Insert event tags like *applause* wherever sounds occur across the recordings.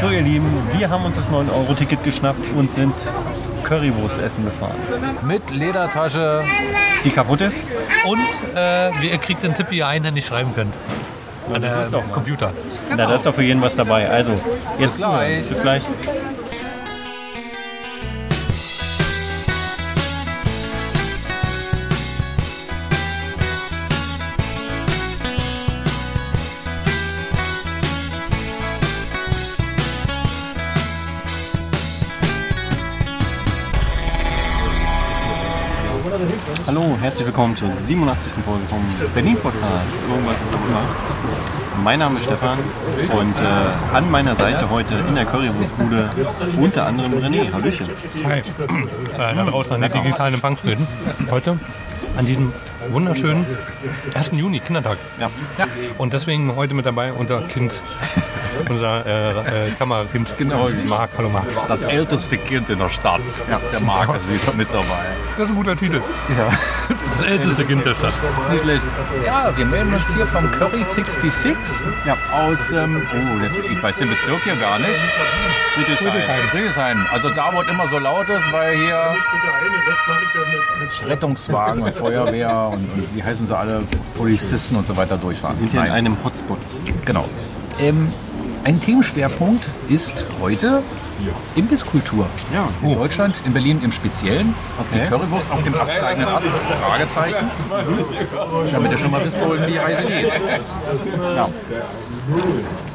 So ihr Lieben, wir haben uns das 9-Euro-Ticket geschnappt und sind Currywurst essen gefahren. Mit Ledertasche. Die kaputt ist? Und äh, ihr kriegt den Tipp, wie ihr einen nicht schreiben könnt. Ähm, Na, das ist doch mal. Computer. Na, da ist doch für jeden was dabei. Also, jetzt zuhören. gleich. Bis gleich. Hallo, herzlich willkommen zur 87. Folge vom Berlin Podcast. Irgendwas ist noch immer. Mein Name ist Stefan und äh, an meiner Seite heute in der Currywurstbude unter anderem René. Hallöchen. Hi. Äh, da draußen an den digitalen Empfangsgeräten. Heute an diesem wunderschönen 1. Juni, Kindertag. Ja. Und deswegen heute mit dabei unser Kind, unser äh, äh, Kammerkind. Genau. Marc, hallo Marc. Das älteste Kind in der Stadt. Der Marc ist wieder mit dabei. Das ist ein guter Titel. *laughs* Das älteste Kind der Stadt. Nicht schlecht. Ja, wir melden uns hier vom Curry 66 ja. aus, ähm, oh, jetzt, ich weiß den Bezirk hier gar nicht. Friedrichshain. Friedrichshain. Also da, wo es immer so laut ist, weil hier Rettungswagen und Feuerwehr und, und wie heißen sie alle, Polizisten und so weiter durchfahren. Sind hier in Nein. einem Hotspot. Genau. Ähm, ein Themenschwerpunkt ist heute Imbisskultur. Ja. In Deutschland, in Berlin im Speziellen. Okay. Die Currywurst auf dem absteigenden Ast? Fragezeichen. Damit ihr schon mal wisst, wohin die Reise geht.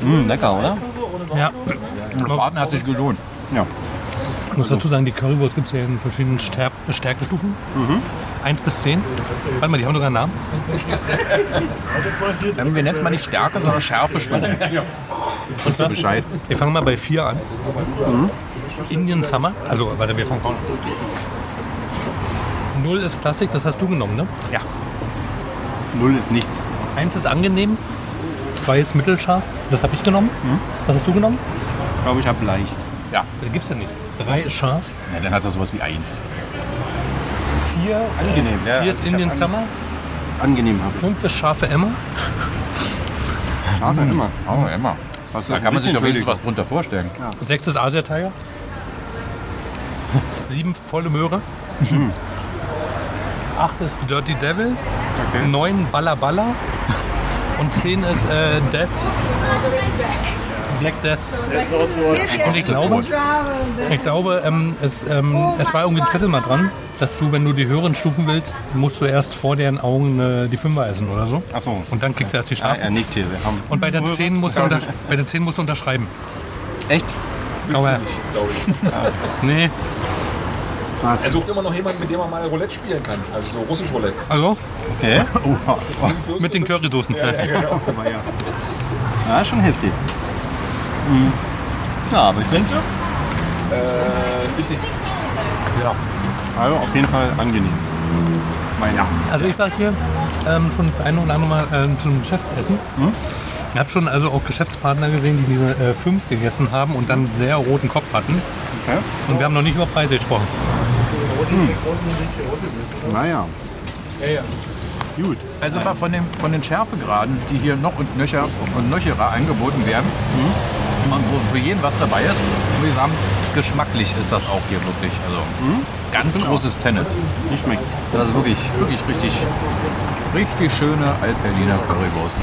Mm, lecker, oder? Ja. Das Warten hat sich gelohnt. Ja. Ich muss dazu sagen, die Currywurst gibt es ja in verschiedenen Stärk Stärkestufen. Eins 1 bis 10. Warte mal, die haben sogar einen Namen. Ähm, wir nennen es mal nicht Stärke, sondern Schärfe Stufen. Und zwar, Bescheid. wir fangen mal bei 4 an. Indian Summer. Also, warte, wir fangen vorne an. 0 ist Klassik, das hast du genommen, ne? Ja. Null ist nichts. 1 ist angenehm. 2 ist mittelscharf, das habe ich genommen. Was hast du genommen? Ich glaube, ich habe leicht. Ja. Das gibt's ja nicht. 3 ist scharf. Na, dann hat er sowas wie eins. 4 Angenehm, ja. ist Indian Summer. Angenehm habe 5 ist scharfe Emma. ich. Schade, immer. Oh, immer. Was Da kann man sich doch wenigstens was drunter vorstellen. Und 6 ist Asia Tiger. 7 volle Möhre. 8 ist Dirty Devil. Okay. 9 Balla Balla. Und 10 ist äh, Death. Black Death. Und ich glaube, ich glaube ähm, es, ähm, es war irgendwie ein Zettel mal dran, dass du, wenn du die höheren Stufen willst, musst du erst vor deren Augen äh, die Fünfer essen oder so. Ach so. Und dann kriegst du erst die Ah, Strafe. er nickt hier. Wir haben Und bei der 10 musst du, unter, bei der 10 musst du unterschreiben. Echt? Aber, *laughs* nee, Er Also- sucht immer noch jemanden, mit dem er mal Roulette spielen kann. Also so russisch Roulette. also Okay. Oh, mit den Currydosen. Ja, schon heftig. Mhm. Ja, aber ich denke, Äh, Spitzi. also auf jeden Fall angenehm. Mein ja. Also ich war hier ähm, schon das eine oder andere Mal ähm, zum Geschäftsessen. Ich habe schon also auch Geschäftspartner gesehen, die diese äh, fünf gegessen haben und dann sehr roten Kopf hatten. Okay. Und wir haben noch nicht über Preise gesprochen. Naja. Gut. Also mal von den, von den Schärfegraden, die hier noch und nöcher und nöcherer angeboten werden, man, wo für jeden was dabei ist, und wir sagen, geschmacklich ist das auch hier wirklich. Also ganz großes Tennis. Nicht schmeckt. Das ist wirklich, wirklich richtig, richtig schöne Altberliner Currywurst.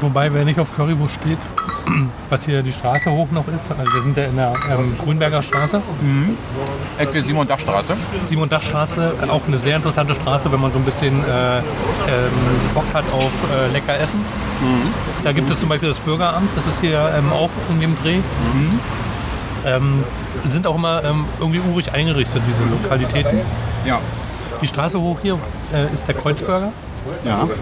Wobei, wer nicht auf Currywurst steht, *clears throat* was hier die Straße hoch noch ist, also wir sind ja in der ähm, Grünberger Straße, Ecke Simon Dachstraße. Simon Dachstraße, auch eine sehr interessante Straße, wenn man so ein bisschen äh, ähm, Bock hat auf äh, lecker Essen. Mhm. Da gibt es zum Beispiel das Bürgeramt, das ist hier ähm, auch in dem Dreh. Mhm. Ähm, sind auch immer ähm, irgendwie urig eingerichtet, diese Lokalitäten. Ja. Die Straße hoch hier äh, ist der Kreuzburger. Ja, aber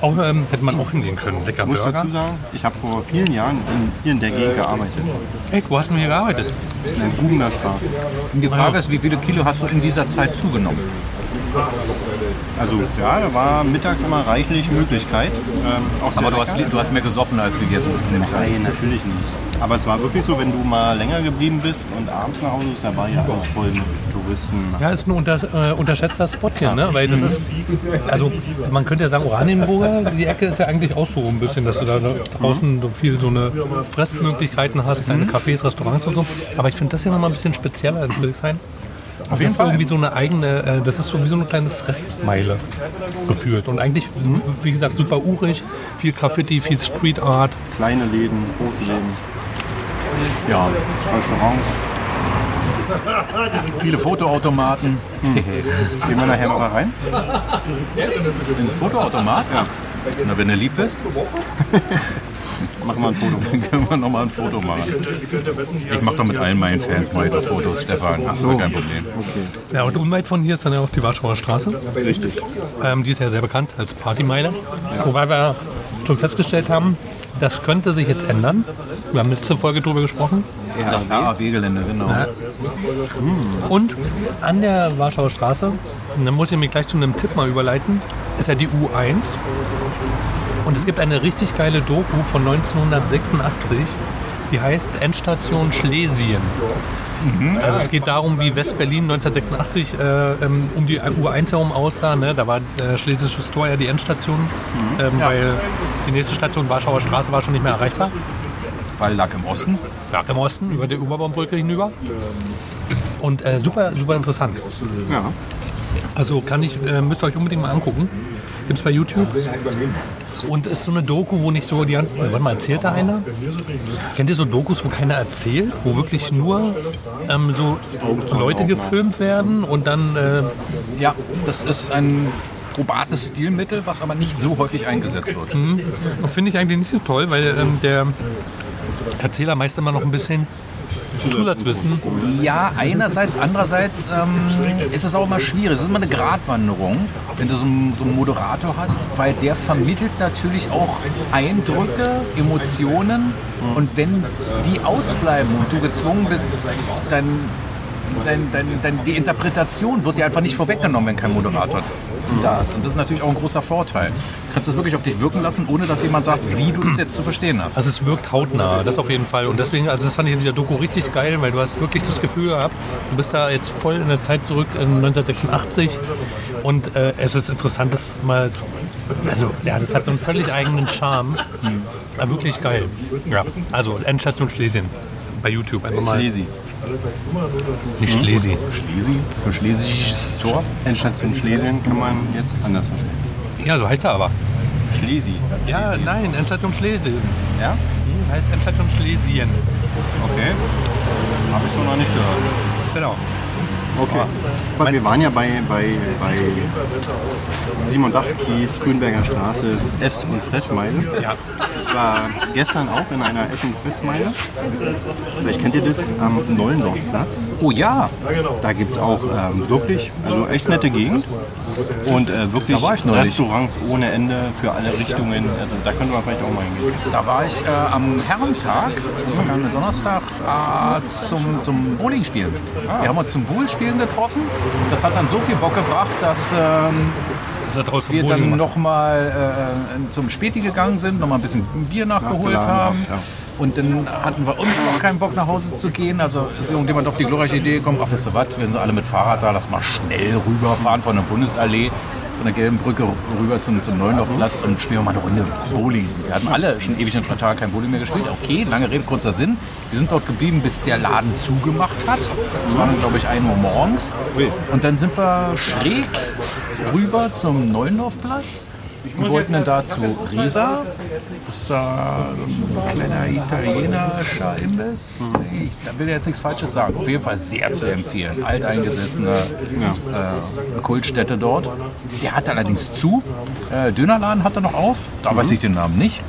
Auch, ähm, hätte man auch hingehen können. Lecker ich muss Burger. dazu sagen, ich habe vor vielen Jahren in, hier in der Gegend gearbeitet. Hey, wo hast du denn hier gearbeitet? In der Bubener Straße. Die Frage ist, wie viele Kilo hast du in dieser Zeit zugenommen? Also ja, da war mittags immer reichlich Möglichkeit. Ähm, auch sehr Aber du hast, lecker. du hast mehr gesoffen als gegessen, nehme ich an. Nein, natürlich nicht. Aber es war wirklich so, wenn du mal länger geblieben bist und abends nach Hause bist, da war ja alles voll mit Touristen. Ja, ist ein unter, äh, unterschätzter Spot hier, ne? Weil das ist, also man könnte ja sagen, Oranienburger, die Ecke ist ja eigentlich auch so ein bisschen, dass du da draußen so viel so eine Fressmöglichkeiten hast, kleine Cafés, Restaurants und so. Aber ich finde das hier nochmal ein bisschen spezieller in Friedrichshain. Auf jeden Fall. Irgendwie so eine eigene, äh, das ist so wie so eine kleine Fressmeile gefühlt. Und eigentlich, wie gesagt, super urig, viel Graffiti, viel Street Art. Kleine Läden, große Läden, Ja, Restaurants, viele Fotoautomaten. gehen wir nachher noch mal rein. Ins Fotoautomat? Ja. Na, wenn du lieb bist, Machen wir ein Foto. dann können wir nochmal ein Foto machen. Ich mache doch mit allen meinen Fans mal wieder Fotos, Stefan. Das ist kein Problem. Ja, und unweit von hier ist dann ja auch die Warschauer Straße. Richtig. Ähm, die ist ja sehr bekannt als Partymeile. Wobei wir schon festgestellt haben, das könnte sich jetzt ändern. Wir haben letzte Folge drüber gesprochen. Das RAW-Gelände, genau. Und an der Warschauer Straße, und dann muss ich mich gleich zu einem Tipp mal überleiten, ist ja die U1. Und es gibt eine richtig geile Doku von 1986, die heißt Endstation Schlesien. Also es geht darum, wie West-Berlin 1986 äh, ähm, um die U1 herum aussah. Ne? Da war äh, Schlesisches Tor ja die Endstation, ähm, weil die nächste Station Warschauer Straße war schon nicht mehr erreichbar. Ball lag im Osten. Ja. Im Osten, über die Oberbaumbrücke hinüber. Und äh, super, super interessant. Ja. Also kann ich, äh, müsst ihr euch unbedingt mal angucken. Gibt es bei YouTube. Und ist so eine Doku, wo nicht so die Hand. Warte mal, erzählt da einer? Kennt ihr so Dokus, wo keiner erzählt? Wo wirklich nur ähm, so Leute gefilmt werden und dann. Äh, Ja, das ist ein probates Stilmittel, was aber nicht so häufig eingesetzt wird. Finde ich eigentlich nicht so toll, weil ähm, der Erzähler meist immer noch ein bisschen Zusatzwissen. Ja, einerseits, andererseits ähm, ist es auch immer schwierig. Es ist immer eine Gratwanderung, wenn du so einen, so einen Moderator hast, weil der vermittelt natürlich auch Eindrücke, Emotionen und wenn die ausbleiben und du gezwungen bist, dann, dann, dann, dann die Interpretation wird dir einfach nicht vorweggenommen, wenn kein Moderator da ist. Und das ist natürlich auch ein großer Vorteil. Du kannst es wirklich auf dich wirken lassen, ohne dass jemand sagt, wie du das jetzt zu verstehen hast. Also es wirkt hautnah, das auf jeden Fall. Und deswegen, also das fand ich in dieser Doku richtig geil, weil du hast wirklich das Gefühl gehabt, du bist da jetzt voll in der Zeit zurück in 1986 und äh, es ist interessant, das mal, also ja, das hat so einen völlig eigenen Charme. Mhm. Ja, wirklich geil. Ja, also Endstation Schlesien bei YouTube einfach mal. Schlesi. Nicht Mhm. Schlesi. Schlesi? Für schlesisches Tor? Endstation Schlesien kann man jetzt anders verstehen. Ja, so heißt er aber. Schlesi. Ja, nein, Endstation Schlesien. Ja? Hm, Heißt Endstation Schlesien. Okay. Habe ich so noch nicht gehört. Genau. Okay. Aber wir waren ja bei, bei, bei Simon Dachkiez, Grünberger Straße, Ess- und Fressmeile. Ja. Ich war gestern auch in einer Ess- und Fressmeile. Vielleicht kennt ihr das am Nollendorfplatz. Oh ja, Da gibt es auch ähm, wirklich, also echt nette Gegend. Und äh, wirklich Da war ich neulich. Restaurants ohne Ende für alle Richtungen. Also da könnte man vielleicht auch mal hingehen. Da war ich äh, am Herrentag, am vergangenen Donnerstag, äh, zum, zum Bowlingspielen. Wir haben uns zum Bowlspielen getroffen. Das hat dann so viel Bock gebracht, dass ähm, Das hat daraus wir verboten dann gemacht. nochmal äh, zum Späti gegangen sind, nochmal ein bisschen Bier nachgeholt Nachgeladen haben. haben, ja. Und dann hatten wir uns noch keinen Bock nach Hause zu gehen. Also ist irgendjemand auf die glorreiche Idee gekommen, ach wisst ihr was, wir sind alle mit Fahrrad da, lass mal schnell rüberfahren von der Bundesallee, von der gelben Brücke rüber zum, zum Neulendorfplatz und spielen wir mal eine Runde Bowling. Wir hatten alle schon ewig und drei Tage kein Bowling mehr gespielt. Okay, lange Rede, kurzer Sinn. Wir sind dort geblieben, bis der Laden zugemacht hat. Das war dann, glaube ich, 1 Uhr morgens. Und dann sind wir schräg rüber zum Neulendorfplatz. Wir wollten dann da zu Resa. Das ist äh, ein kleiner italienischer Imbiss. Ich da will jetzt nichts Falsches sagen. Auf jeden Fall sehr zu empfehlen. Alteingesessene äh, Kultstätte dort. Der hat allerdings zu. Äh, Dönerladen hat er noch auf. Da weiß ich den Namen nicht.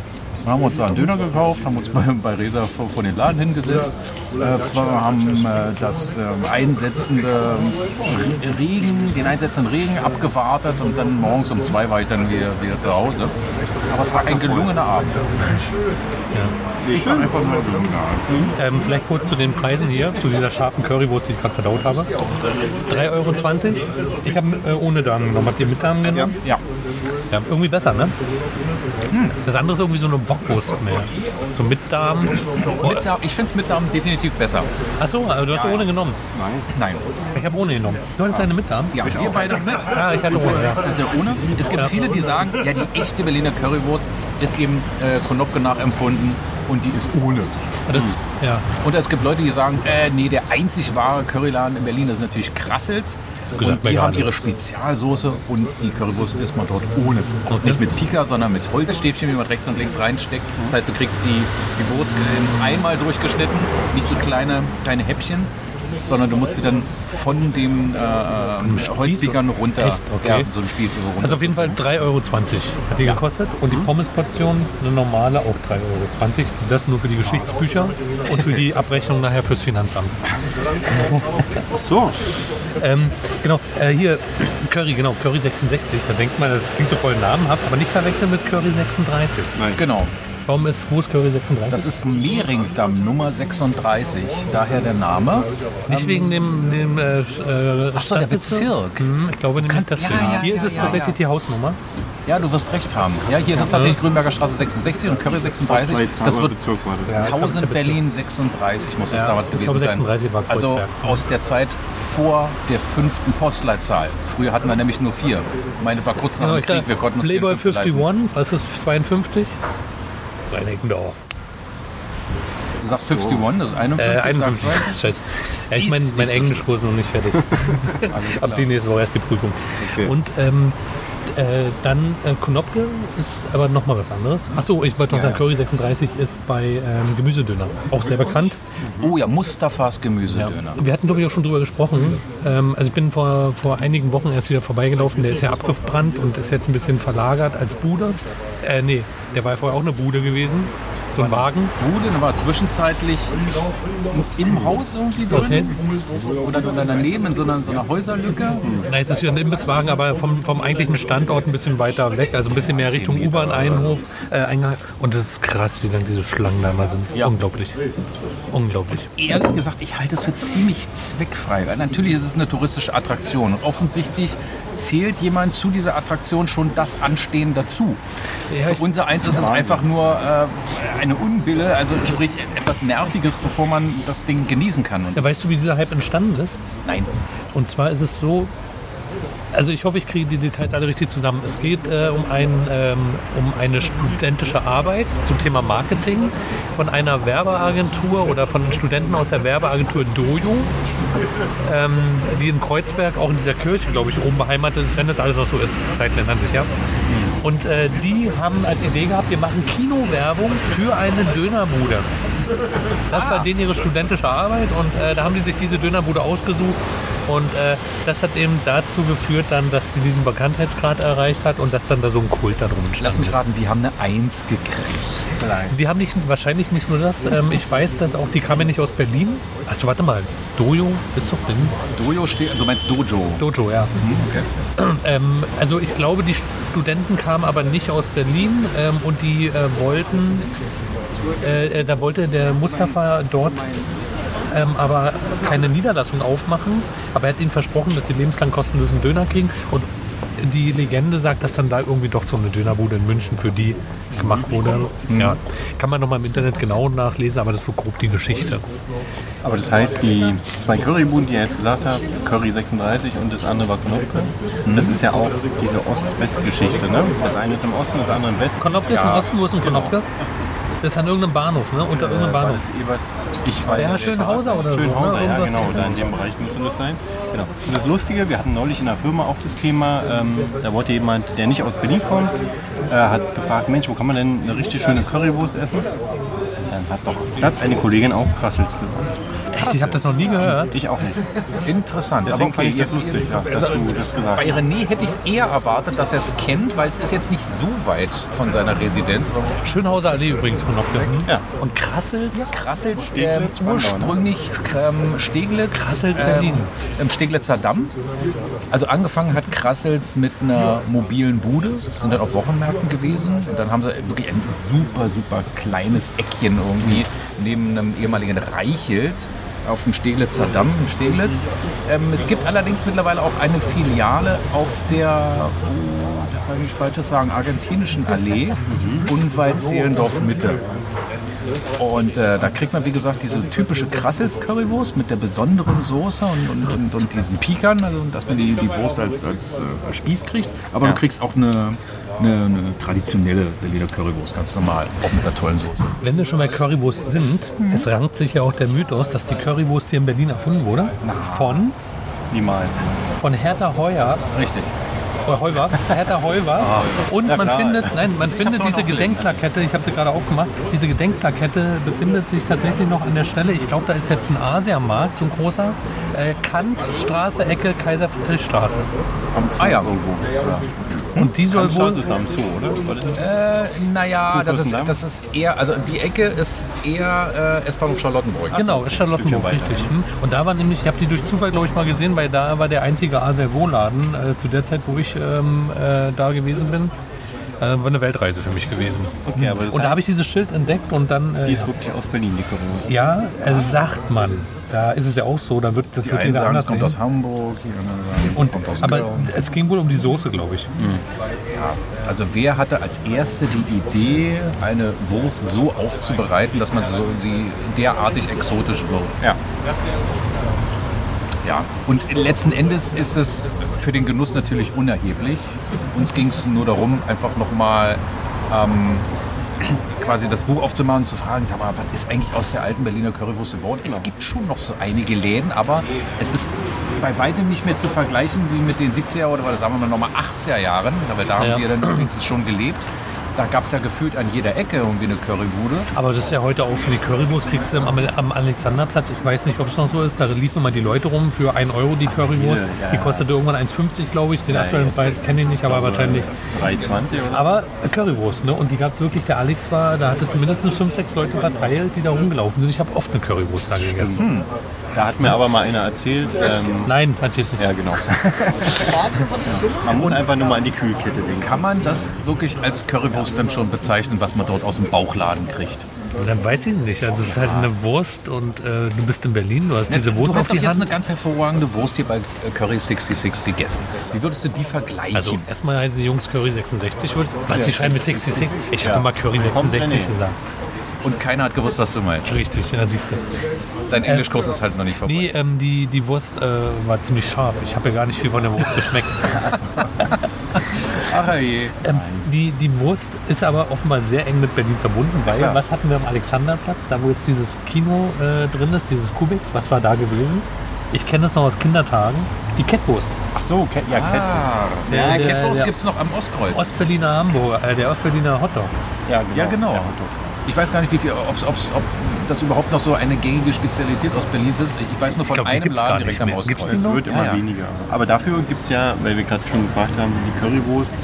Dann haben wir uns da einen Döner gekauft, haben uns bei, bei Resa vor, vor den Laden hingesetzt, äh, wir haben äh, das ähm, einsetzende Re- Regen, den einsetzenden Regen abgewartet und dann morgens um zwei war ich dann wieder, wieder zu Hause. Aber es war ein gelungener Abend. Ich sag einfach mal gelungener Abend. Ähm, vielleicht kurz zu den Preisen hier, zu dieser scharfen Currywurst, die ich gerade verdaut habe. 3,20 Euro. Ich habe äh, ohne Darm genommen. Habt ihr mit Darm genommen? Ja, Ja. Ja, irgendwie besser, ne? Das andere ist irgendwie so eine Bockwurst mehr. So mit Darm. Mit Darm, ich finde es mit Darm definitiv besser. Achso, also du hast ohne genommen. Nein. Nein. Ich habe ohne genommen. Du hattest eine mit Darm? Ja, wir beide mit. Ja, ich hatte ohne. Ja. Also ohne. Es gibt Ja. viele, die sagen, ja, die echte Berliner Currywurst ist eben äh, Konopke nachempfunden und die ist ohne. Das, ja. Und es gibt Leute, die sagen, äh, nee, der einzig wahre Curryladen in Berlin ist natürlich Krassels. gesagt Und mir die gar haben ihre nichts. Spezialsoße und die Currywurst isst man dort ohne. Und nicht mit Pika, sondern mit Holzstäbchen, die man rechts und links reinsteckt. Das heißt, du kriegst die, die Wurst einmal durchgeschnitten, nicht so kleine, kleine Häppchen. Sondern du musst sie dann von dem äh, äh, Holzpickern runter, Echt? Okay. ja, so ein Spieß so runter. Also auf jeden Fall 3,20 Euro hat die gekostet. Und die Pommesportion, eine normale, auch 3,20 Euro. Das nur für die Geschichtsbücher und für die Abrechnung nachher fürs Finanzamt. So, Ähm, genau, äh, hier Curry, genau, Curry 66. Da denkt man, das klingt so voll namenhaft, aber nicht verwechseln mit Curry 36. genau. Warum ist, wo ist Curry 36? Das ist Mehringdamm Nummer 36, daher der Name. Nicht wegen dem, dem äh, äh, Ach so, der Stadtbezirk? Bezirk. Hm, ich glaube nämlich Kann- deswegen. ja, ja, Hier ja, ist es ja, tatsächlich ja. die Hausnummer. Ja, du wirst recht haben. Ja, hier ist es tatsächlich Grünberger Straße 66 und Curry 36. Das wird Bezirk war das. 1000 Berlin 36 muss es Ja, damals ich gewesen glaube, sein. 36 war also Kreuzberg. aus der Zeit vor der fünften Postleitzahl. Früher hatten wir nämlich nur vier. Ich meine, das war kurz nach Genau, dem ich glaube, Krieg, wir konnten uns Playboy den fünften 51, leisten. was ist 52? Reinickendorf. Du sagst 51, das ist 51, Äh, sagst 51. du? Scheiße. Ja, ich mein, Ist mein nicht so Englischkurs ist noch nicht fertig. Alles Ab klar. die nächste Woche erst die Prüfung. Okay. Und ähm, äh, dann äh, Konopke ist aber nochmal was anderes. Achso, ich wollte noch Ja, sagen, Curry 36 ist bei ähm, Gemüsedöner auch sehr bekannt. Oh ja, Mustafas Ja. Gemüsedöner. Wir hatten, glaube ich, auch schon drüber gesprochen. Mhm. Ähm, also ich bin vor, vor einigen Wochen erst wieder vorbeigelaufen. Der ist ja abgebrannt und ist jetzt ein bisschen verlagert als Bude. Äh, nee, der war ja vorher auch eine Bude gewesen. So ein Wagen. Bude war zwischenzeitlich im Haus irgendwie drin Okay. oder oder daneben in so einer, so einer Häuserlücke. Na, jetzt ist wieder ein Imbisswagen, aber vom, vom eigentlichen Standort ein bisschen weiter weg. Also ein bisschen mehr Richtung U-Bahn-Einhof. Äh, Eingang. und es ist krass, wie lang diese Schlangen da immer sind. Unglaublich. Unglaublich. ehrlich gesagt, ich halte es für ziemlich zweckfrei. Weil natürlich ist es eine touristische Attraktion. Und offensichtlich zählt jemand zu dieser Attraktion schon das Anstehen dazu. Ja, ich- für unser Eins ist es einfach nur äh, eine Unbille, also sprich etwas Nerviges, bevor man das Ding genießen kann. Und Ja, weißt du, wie dieser Hype entstanden ist? nein, Und zwar ist es so, also ich hoffe, ich kriege die Details alle richtig zusammen. Es geht äh, um, ein, ähm, um eine studentische Arbeit zum Thema Marketing von einer Werbeagentur oder von Studenten aus der Werbeagentur Dojo, ähm, die in Kreuzberg, auch in dieser Kirche, glaube ich, oben beheimatet ist, wenn das alles noch so ist, seit 20 Mhm. Jahren. Und äh, die haben als Idee gehabt, wir machen Kinowerbung für eine Dönerbude. Das Ah. war denen ihre studentische Arbeit und äh, da haben die sich diese Dönerbude ausgesucht. Und äh, das hat eben dazu geführt, dann, dass sie diesen Bekanntheitsgrad erreicht hat und dass dann da so ein Kult da drum entstanden lass mich ist. raten, die haben eine Eins gekriegt. Die haben nicht, wahrscheinlich nicht nur das. Ähm, ich weiß, dass auch die kamen nicht aus Berlin. Also warte mal, Dojo ist doch Berlin. Dojo steht, du meinst Dojo. Dojo, ja. *clears throat* Ähm, also ich glaube, die Studenten kamen aber nicht aus Berlin ähm, und die äh, wollten, äh, äh, da wollte der Mustafa dort ähm, aber keine Niederlassung aufmachen, aber er hat ihnen versprochen, dass sie lebenslang kostenlosen Döner kriegen und die Legende sagt, dass dann da irgendwie doch so eine Dönerbude in München für die gemacht wurde. Ja, kann man nochmal im Internet genau nachlesen, aber das ist so grob die Geschichte. Aber das heißt, die zwei Currybuden, die ihr jetzt gesagt habt, Curry 36 und das andere war Knopke, das ist ja auch diese Ost-West-Geschichte. Ne? Das eine ist im Osten, das andere im Westen. Konopke ist im Osten, wo ist ein Konopke? Das ist an irgendeinem Bahnhof, ne? Unter irgendeinem War Bahnhof. das Ebers, Äh, ich weiß Ja, nicht. Schönhauser oder so, Schönhauser, ne? ja, Irgendwas genau. in der Da in dem Bereich müsste das sein. Genau. Und das Lustige, wir hatten neulich in der Firma auch das Thema, ähm, da wollte jemand, der nicht aus Berlin kommt, äh, hat gefragt, Mensch, wo kann man denn eine richtig schöne Currywurst essen? Dann hat doch hat eine Kollegin auch Krassels gesagt. Echt, ich habe das noch nie gehört. Ich auch nicht. Interessant. Deswegen aber okay, fand ich das ihr- lustig, ja, dass du das gesagt Bei hast. René hätte ich es eher erwartet, dass er es kennt, weil es ist jetzt nicht so weit von seiner Residenz. Schönhauser Allee übrigens Konopke. Ja. Und Krassels? Krassels, ähm, Steglitz, ursprünglich ähm, Steglitz. Krassel, Berlin. Ähm, Im Steglitzer Damm. Also angefangen hat Krassels mit einer mobilen Bude, sind dann auf Wochenmärkten gewesen. Und dann haben sie wirklich ein super, super kleines Eckchen irgendwie neben einem ehemaligen Reichelt auf dem Steglitzer Damm in Steglitz. Ähm, es gibt allerdings mittlerweile auch eine Filiale auf der, oh, das soll ich nichts Falsches sagen, argentinischen Allee, unweit Zehlendorf Mitte. Und äh, da kriegt man, wie gesagt, diese typische Krassels-Currywurst mit der besonderen Soße und, und, und, und diesen Pikern, also dass man die, die Wurst als, als äh, Spieß kriegt. Aber du kriegst auch eine, eine, eine traditionelle Berliner Currywurst, ganz normal, auch mit einer tollen Soße. Wenn wir schon bei Currywurst sind, Mhm. es rankt sich ja auch der Mythos, dass die Currywurst hier in Berlin erfunden wurde. Von, Niemals. von Hertha Heuer, Richtig. äh, Heuwer, Hertha Heuwer. Und Ah, Ja, man klar. findet, nein, man findet auch diese noch gelesen. Gedenkplakette, ich habe sie gerade aufgemacht, diese Gedenkplakette befindet sich tatsächlich noch an der Stelle. Ich glaube, da ist jetzt ein Asiamarkt, so ein großer, äh, Kantstraße, Ecke, Kaiser Friedrichstraße. Am Zoo Ah, ja. irgendwo. Ja. Und die soll Straße wohl ist am Zoo, oder? Oder- Äh, naja, das ist, Fürstendamm? das ist eher, also die Ecke ist eher äh, S-Bahnhof Charlottenburg. Genau, ist Charlottenburg, Stückchen weiter, richtig. Hm. Und da war nämlich, ich habe die durch Zufall, glaube ich, mal gesehen, weil da war der einzige E Aservo-Laden äh, zu der Zeit, wo ich ähm, äh, da gewesen bin. Äh, war eine Weltreise für mich gewesen. Okay, aber das Und da habe ich heißt, dieses Schild entdeckt und dann. Äh, die ist wirklich aus Berlin, die Currywurst. ja, also sagt man. Da ist es ja auch so, da wird, das wird jeder anders sehen. Hamburg, die anderen sagen, und, kommt aus aber Köln. es ging wohl um die Soße, glaube ich. Also wer hatte als erste die Idee, eine Wurst so aufzubereiten, dass man so, sie derartig exotisch wird? Ja. Ja, und letzten Endes ist es für den Genuss natürlich unerheblich. Uns ging es nur darum, einfach nochmal ähm, quasi das Buch aufzumachen und zu fragen, sag mal, was ist eigentlich aus der alten Berliner Currywurst geworden? Genau. Es gibt schon noch so einige Läden, aber es ist bei weitem nicht mehr zu vergleichen wie mit den 70er oder oder sagen wir mal nochmal 80er Jahren, weil da Ja. haben wir dann übrigens schon gelebt. Da gab es ja gefühlt an jeder Ecke irgendwie eine Currybude. Aber das ist ja heute auch für die Currywurst, kriegst du am, am Alexanderplatz, ich weiß nicht, ob es noch so ist, da liefen immer die Leute rum für 1 Euro die Currywurst. diese, ja, die ja. kostete irgendwann 1,50, glaube ich. Den aktuellen jetzt- Preis kenne ich nicht, aber wahrscheinlich. 3,20 oder? Aber Currywurst, ne? Und die gab es wirklich, der Alex war, da hattest du mindestens 5, 6 Leute verteilt, die da rumgelaufen sind. Ich habe oft eine Currywurst da gegessen. Da hat mir aber mal einer erzählt, ähm, Nein, erzählt nicht. ja genau. Man muss einfach nur mal an die Kühlkette denken. Kann man das wirklich als Currywurst dann schon bezeichnen, was man dort aus dem Bauchladen kriegt? Dann weiß ich nicht. Also es ist halt eine Wurst und äh, du bist in Berlin, du hast diese du Wurst hast auf doch die jetzt Hand. eine ganz hervorragende Wurst hier bei äh, Curry 66 gegessen. Wie würdest du die vergleichen? Also erstmal heißen die Jungs Curry 66 wird. Was, sie schreiben mit 66? Ich habe Ja. immer Curry Kommt, 66 nee. gesagt. und keiner hat gewusst, was du meinst. Richtig, ja, siehst du. Dein Englischkurs ist halt noch nicht vorbei. Äh, Nee, ähm, die, die Wurst äh, war ziemlich scharf. Ich habe ja gar nicht viel von der *laughs* Wurst geschmeckt. Ach je. Ähm, die, die Wurst ist aber offenbar sehr eng mit Berlin verbunden, weil Ja. was hatten wir am Alexanderplatz, da wo jetzt dieses Kino äh, drin ist, dieses Kubix, was war da gewesen? Ich kenne es noch aus Kindertagen. Die Kettwurst. Ach so, Ke ja, Ketten. Ah, Der- ja, der- Kettwurst der- gibt es noch am Ostkreuz. Ostberliner Hamburger, äh, der Ostberliner Hotdog. Ja, genau. ja, genau. Ja, Hotdog. Ich weiß gar nicht, wie viel, ob's, ob's, ob das überhaupt noch so eine gängige Spezialität aus Berlin ist. Ich weiß nur Ich von glaub, die einem gibt's gar Laden nicht direkt am mehr. Gibt's Ostkreuz. die Oh, Es noch? wird immer Ja, ja. weniger. Aber dafür gibt es ja, weil wir gerade schon gefragt haben, die Currywurst,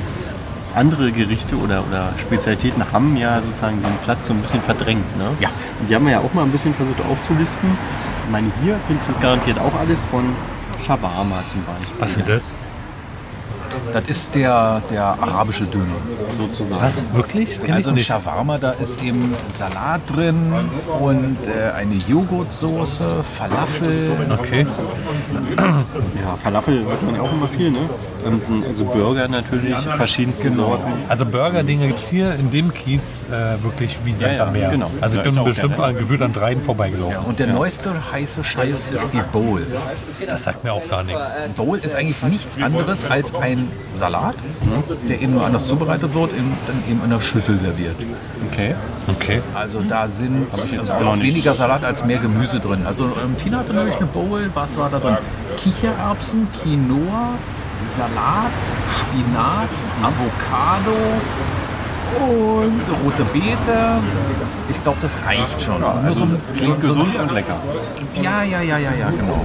andere Gerichte oder, oder Spezialitäten haben ja sozusagen den Platz so ein bisschen verdrängt. Ne? Ja. Und die haben wir ja auch mal ein bisschen versucht aufzulisten. Ich meine, hier findest du es garantiert auch alles von Shawarma zum Beispiel. Was ist das? Das ist der, der arabische Döner. Sozusagen. Was? Wirklich? Kenn Also ich ein nicht. Shawarma, da ist eben Salat drin und äh, eine Joghurtsoße, Falafel. Okay. Ja, Falafel hört man ja auch immer viel, ne? Und, also Burger natürlich, verschiedenste Sorten. Also Burger-Dinge gibt es hier in dem Kiez äh, wirklich wie Sand Ja, ja, am Meer. genau. Also Ja, ich bin ich auch bestimmt gerne. an, gefühlt an dreien vorbeigelaufen. Und der neueste heiße Scheiß ist die Bowl. Das sagt mir auch gar nichts. Bowl ist eigentlich nichts anderes als ein Salat, der eben nur anders zubereitet wird und dann eben in einer Schüssel serviert. Okay. Okay. Also da sind jetzt also auch noch noch nicht. weniger Salat als mehr Gemüse drin. Also ähm, Tina hatte nämlich eine Bowl, was war da drin? Kichererbsen, Quinoa, Salat, Spinat, Avocado und rote Beete. Ich glaube, das reicht schon. Nur so ein- also Klingt gesund und lecker. ja, ja, ja, ja, ja, genau.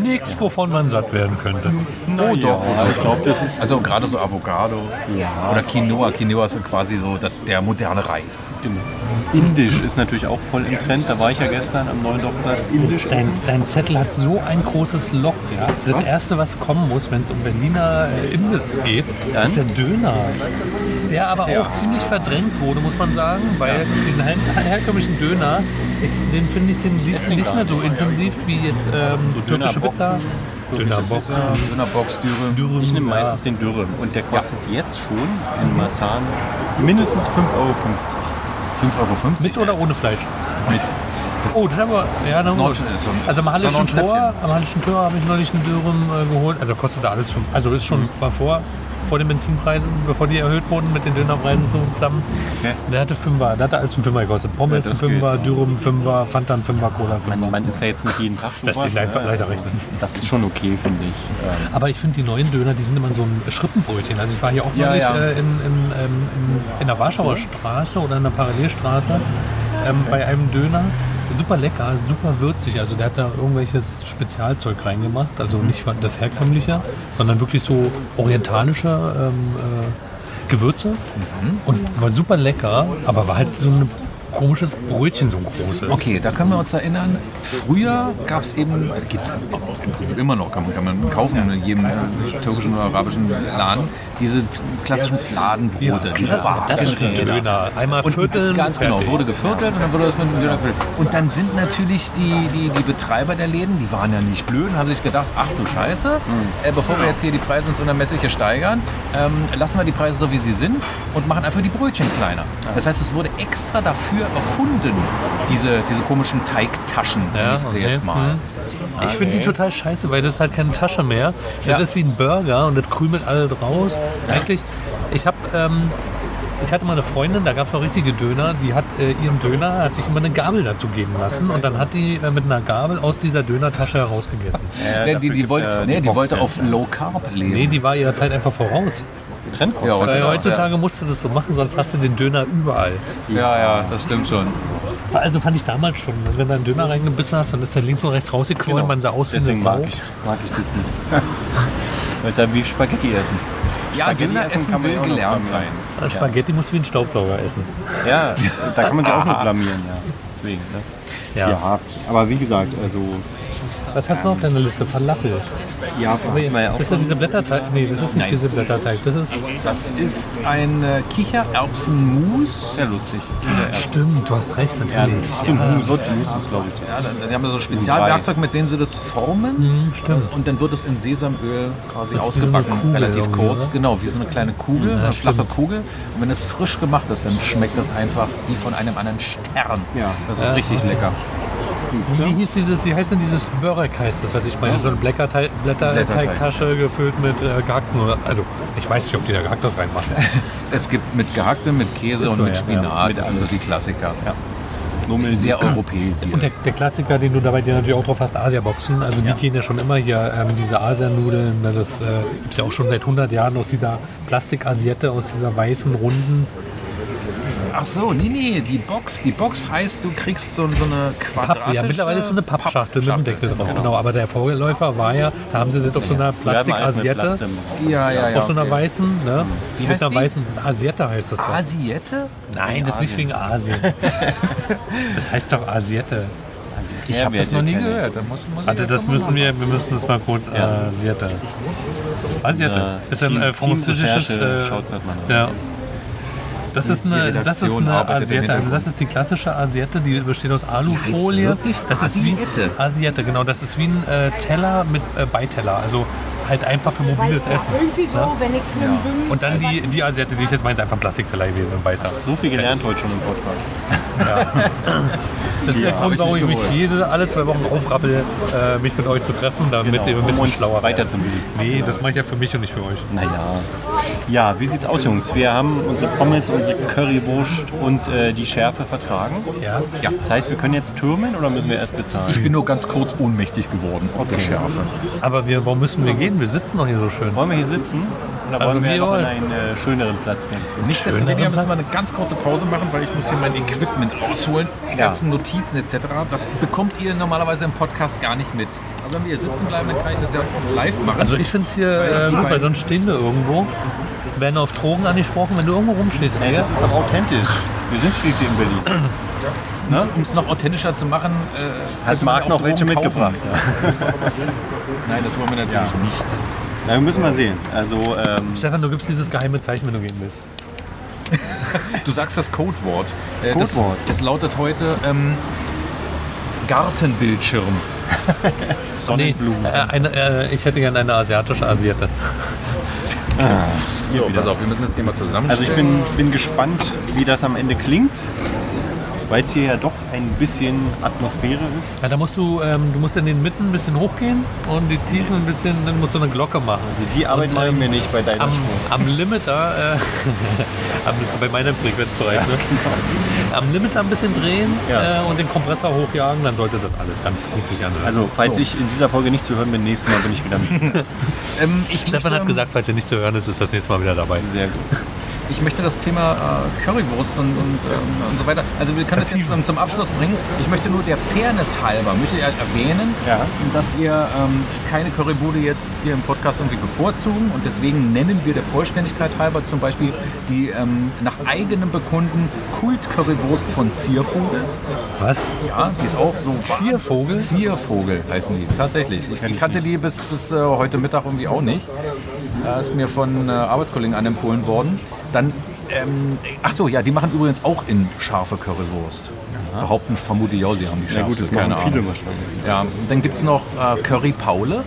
Nichts, wovon man satt werden könnte. Oh doch, Ja, ich glaube, das ist Also gerade so Avocado oder Quinoa. Quinoa ist quasi so das- der moderne Reis. genau. indisch, ist natürlich auch voll im Trend. Da war ich ja gestern am neuen Dorfplatz indisch Dein, essen. dein Zettel hat so ein großes Loch. Ja? Das Erste, was kommen muss, wenn es um Berliner äh, Imbiss geht, ist der Döner. Der aber auch ziemlich verdrängt wurde, muss man sagen, weil diesen her herkömmlichen Döner den finde ich, den siehst du nicht mehr so intensiv wie jetzt ähm, türkische Pizza. Dönerbox. Dönerbox, Dürre. Dürüm, Ich nehme ja. meistens den Dürre und der kostet jetzt schon in Marzahn mindestens 5,50 Euro. 5,50 Mit oder ohne Fleisch? Oh, das ist aber. Ja, na Euro. gut. Also am Hallischen Tor, Tor. am Hallischen Tor habe ich neulich einen Dürren äh, geholt. Also kostet da alles schon. Also ist Mhm. schon war vor, vor den Benzinpreisen, bevor die erhöht wurden mit den Dönerpreisen so zusammen. Okay. Und Der hatte Fünfer, der hatte alles einen Fünfer gekostet. Pommes Ja, ein das Fünfer, Dürren Fünfer, Fanta ein Fünfer, Cola ein Fünfer. Man, man ist ja jetzt nicht jeden Tag so Lässt sich leicht, leichter rechnen. Das ist schon okay, finde ich. Ähm, Aber ich finde die neuen Döner, die sind immer so ein Schrippenbrötchen. Also ich war hier auch Ja, neulich ja. Mhm. Äh, in, in, ähm, in, in der Warschauer Straße oder in der Parallelstraße ähm, bei einem Döner. Super lecker, super würzig. Also der hat da irgendwelches Spezialzeug reingemacht. Also Mhm. nicht das herkömmliche, sondern wirklich so orientalische ähm, äh, Gewürze. Mhm. Und war super lecker, aber war halt so ein komisches Brötchen, so ein großes. Okay, da können wir uns erinnern, früher gab es eben, gibt es im Prinzip immer noch, kann man, kann man kaufen in jedem äh, türkischen oder arabischen Laden, diese klassischen Fladenbrote. diese Das ist ein Döner. Döner. Einmal vierteln, Ganz genau, fertig. wurde geviertelt und dann wurde das mit dem Döner gefüllt. Und dann sind natürlich die, die, die Betreiber der Läden, die waren ja nicht blöd und haben sich gedacht, ach du Scheiße, äh, bevor wir jetzt hier die Preise ins Unermessliche steigern, ähm, lassen wir die Preise so, wie sie sind und machen einfach die Brötchen kleiner. Das heißt, es wurde extra dafür erfunden, diese, diese komischen Teigtaschen, Ja, ja, ich sehe okay. jetzt mal. Ah, Mhm. Ich finde die total scheiße, weil das ist halt keine Tasche mehr. Ja. Das ist wie ein Burger und das krümelt alles raus. Eigentlich, ich habe, ähm, ich hatte mal eine Freundin, da gab es noch richtige Döner, die hat äh, ihren Döner, hat sich immer eine Gabel dazu geben lassen und dann hat die äh, mit einer Gabel aus dieser Dönertasche herausgegessen. äh, Nee, dafür die, die gibt's wollte, ja nee, die Box wollte selbst. auf Low Carb leben. Nee, die war ihrer Zeit einfach voraus. Trendkost. Ja, und- Weil Genau, heutzutage musst du das so machen, sonst hast du den Döner überall. ja, ja, das stimmt schon. Also fand ich damals schon, also wenn du einen Döner reingebissen hast, dann ist der links und rechts rausgequollen, man sah aus wie eine Deswegen mag Sau. ich, mag ich das nicht. Das ist ja wie Spaghetti essen. Ja, Spaghetti Döner essen essen kann man will auch noch gelernt mal sein. machen. Äh, Spaghetti musst du wie ein Staubsauger essen. Ja, da kann man sich auch nicht blamieren, ja. Deswegen, ne? Ja, aber wie gesagt, also Was hast du noch auf deiner Liste? Falafel. ja, haben wir ja auch Das ist ja diese Blätterteig. Nee, das ist nicht diese Blätterteig. Das ist. Das ist ein äh, Kichererbsenmus. sehr lustig. Stimmt, du hast recht, natürlich. Stimmt, Humus wird Humus ist, glaube ich, das. Die haben da so Spezialwerkzeug, mit denen sie das formen. Hm, stimmt. Und dann wird es in Sesamöl quasi Das ist wie so eine ausgebacken, Kugel relativ irgendwie, kurz. oder? Genau, wie so eine kleine Kugel, eine flache stimmt. Kugel. Und wenn es frisch gemacht ist, dann schmeckt das einfach wie von einem anderen Stern. Ja. Das ist richtig lecker. Siehst Wie du? hieß dieses, wie heißt denn dieses Börek heißt das, was ich meine? So eine Blätterteig- Blätterteigtasche gefüllt mit äh, gehackten oder. Also ich weiß nicht, ob die da gehacktes reinmachen. Es gibt mit Gehacktem, mit Käse Ist und so, mit ja. Ja, Spinat. mit das sind so die Klassiker. Nummel Sehr europäisiert. Und der, der Klassiker, den du dabei dir natürlich auch drauf hast, Asia-Boxen. Also die gehen ja schon immer hier, ähm, diese Asianudeln. Das äh, gibt es ja auch schon seit 100 Jahren aus dieser Plastikasiette, aus dieser weißen, runden Ach so, nee, nee, die Box. Die Box heißt, du kriegst so, so eine quadratische... Papp, ja, mittlerweile ist so eine Pappschachtel mit dem Deckel drauf. Genau. aber der Vorläufer war ja, da haben sie das auf so einer Plastikasiette, Ja, ja, ja. auf so einer okay. weißen, ne? Wie mit heißt einer die? weißen Asiette heißt das doch. Asiette? Nein, das ist nicht wegen *laughs* Asien. das heißt doch Asiette. Ich habe Das noch nie gehört. Da muss, muss ich Also ja das mal müssen wir, wir müssen das mal kurz Asiette. Asiette. Ist ein äh, französisches. Recherche, Äh, schaut gerade mal nach. ja. Das ist eine, Die das ist Redaktion eine arbeitet im Asiette, also Hintergrund. das ist die klassische Asiette, die besteht aus Alufolie. wirklich Das ist wie Asiette? Asiette, genau. Das ist wie ein äh, Teller mit äh, Beiteller, also halt einfach für mobiles Essen. Irgendwie so, wenn ich mit dem Bimsen- Und dann die, die Asiette, die ich jetzt meine, ist einfach ein Plastikteller gewesen und weißer. So viel gelernt heute schon im Podcast. Das ist der Grund, ich nicht warum ich mich geholt. jede, alle zwei Wochen aufrappel, äh, mich mit euch zu treffen, damit ihr ein um bisschen uns schlauer werdet. weiterzubilden. Nee, das mache ich ja für mich und nicht für euch. Naja. Ja, wie sieht's aus, Jungs? Wir haben unsere Pommes, unsere Currywurst und äh, die Schärfe vertragen. Ja? Ja. Das heißt, wir können jetzt türmen oder müssen wir erst bezahlen? Ich bin nur ganz kurz ohnmächtig geworden. Okay. Schärfe. Aber wir, warum müssen wir gehen? Wir sitzen doch hier so schön. Wollen wir hier sitzen? Oder Also wollen wir wir noch an wollen. einen äh, schöneren Platz gehen? Nichtsdestoweniger müssen wir eine ganz kurze Pause machen, weil ich muss hier mein Equipment ausholen, die Ja. ganzen Notizen etc. Das bekommt ihr normalerweise im Podcast gar nicht mit. Aber wenn wir hier sitzen bleiben, dann kann ich das ja live machen. Also ich finde es hier äh, gut, weil sonst stehen wir irgendwo, werden auf Drogen angesprochen, wenn du irgendwo rumstehst. Ey, Ja, das ist doch authentisch. Wir sind schließlich in Berlin. um es noch authentischer zu machen, äh, Hat können wir Marc auch noch welche Drogen kaufen. mitgebracht. Ja. Nein, das wollen wir natürlich nicht. Na, wir müssen mal sehen. Also, ähm, Stefan, du gibst dieses geheime Zeichen, wenn du gehen willst. Du sagst das Codewort. Das, Codewort. Das, das lautet heute ähm, Gartenbildschirm. Sonnenblumen. Nee, äh, eine, äh, ich hätte gerne eine asiatische Asiate. So, pass auf, wir müssen das Thema zusammen. Also ich bin, bin gespannt, wie das am Ende klingt, weil es hier ja doch ein bisschen Atmosphäre ist. Ja, da musst du, ähm, du musst in den Mitten ein bisschen hochgehen und die Tiefen ein bisschen, dann musst du eine Glocke machen. Also die Arbeit ähm, machen wir nicht bei deiner Am, Spur. am Limiter, äh, *laughs* am, bei meinem Frequenzbereich, ne? am Limiter ein bisschen drehen Ja. äh, und den Kompressor hochjagen, dann sollte das alles ganz gut sich anhören. Also falls ich in dieser Folge nicht zu hören bin, nächstes Mal bin ich wieder mit. Ähm, ich Stefan möchte- hat gesagt, falls ihr nicht zu hören ist, ist das nächste Mal wieder dabei. *laughs* Sehr gut. Ich möchte das Thema äh, Currywurst und, und, ähm, und so weiter. Also wir können das jetzt zum, zum Abschluss bringen. Ich möchte nur der Fairness halber möchte ich halt erwähnen, Ja. dass wir ähm, keine Currybude jetzt hier im Podcast irgendwie bevorzugen und deswegen nennen wir der Vollständigkeit halber zum Beispiel die ähm, nach eigenem Bekunden Kult-Currywurst von Ziervogel. Was? Ja, die ist auch so. Ziervogel? Ziervogel heißen die, tatsächlich. Ich, ich kannte die bis, bis äh, heute Mittag irgendwie auch nicht. Äh, ist mir von äh, Arbeitskollegen anempfohlen worden. Dann, ähm, ach so, ja, die machen übrigens auch in scharfe Currywurst. Behaupten vermute ich auch, sie haben die Na scharfste, gut, das keine machen Ahnung. viele wahrscheinlich. Ja, und dann gibt es noch äh, Curry Paule.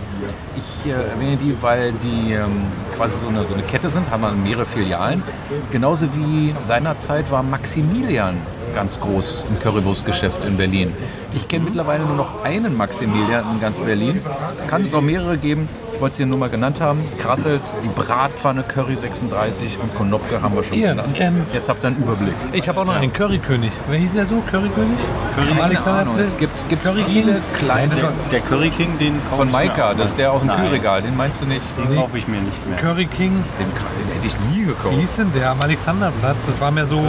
Ich äh, erwähne die, weil die ähm, quasi so eine, so eine Kette sind, haben wir mehrere Filialen. Genauso wie seinerzeit war Maximilian ganz groß im Currywurstgeschäft in Berlin. Ich kenne mittlerweile nur noch einen Maximilian in ganz Berlin. Kann es auch mehrere geben. Ich wollte sie nur mal genannt haben. Krassels, die Bratpfanne Curry 36 und Konopke haben wir schon Hier, genannt. ähm, Jetzt habt ihr einen Überblick. Ich habe auch noch einen Currykönig. Wer hieß der so? Currykönig? Am Ahnung, Alexanderplatz? es gibt, es gibt viele kleine... Der, der Curry King, den kaufe Von ich mir Maika, auch. das ist der aus dem Nein, Kühlregal, den meinst du nicht? Den kaufe ich mir nicht mehr. Curry King. Den, Ka- den hätte ich nie gekauft. Wie hieß denn der am Alexanderplatz? Das war mir so.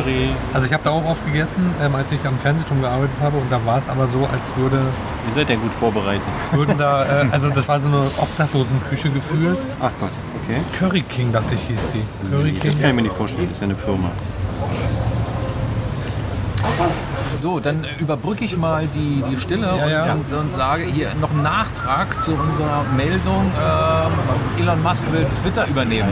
Also ich habe da auch oft gegessen, ähm, als ich am Fernsehturm gearbeitet habe und da war es aber so, als würde Ihr seid ja gut vorbereitet. würden da, äh, also das war so eine Obdachlosenküche gefühlt. Ach Gott, okay. Curry King dachte ich hieß die. Curry Das kann ich King. mir nicht vorstellen, das ist ja eine Firma. So, dann überbrücke ich mal die, die Stille Ja, ja. Und, und sage hier noch einen Nachtrag zu unserer Meldung. ähm, Elon Musk will Twitter übernehmen.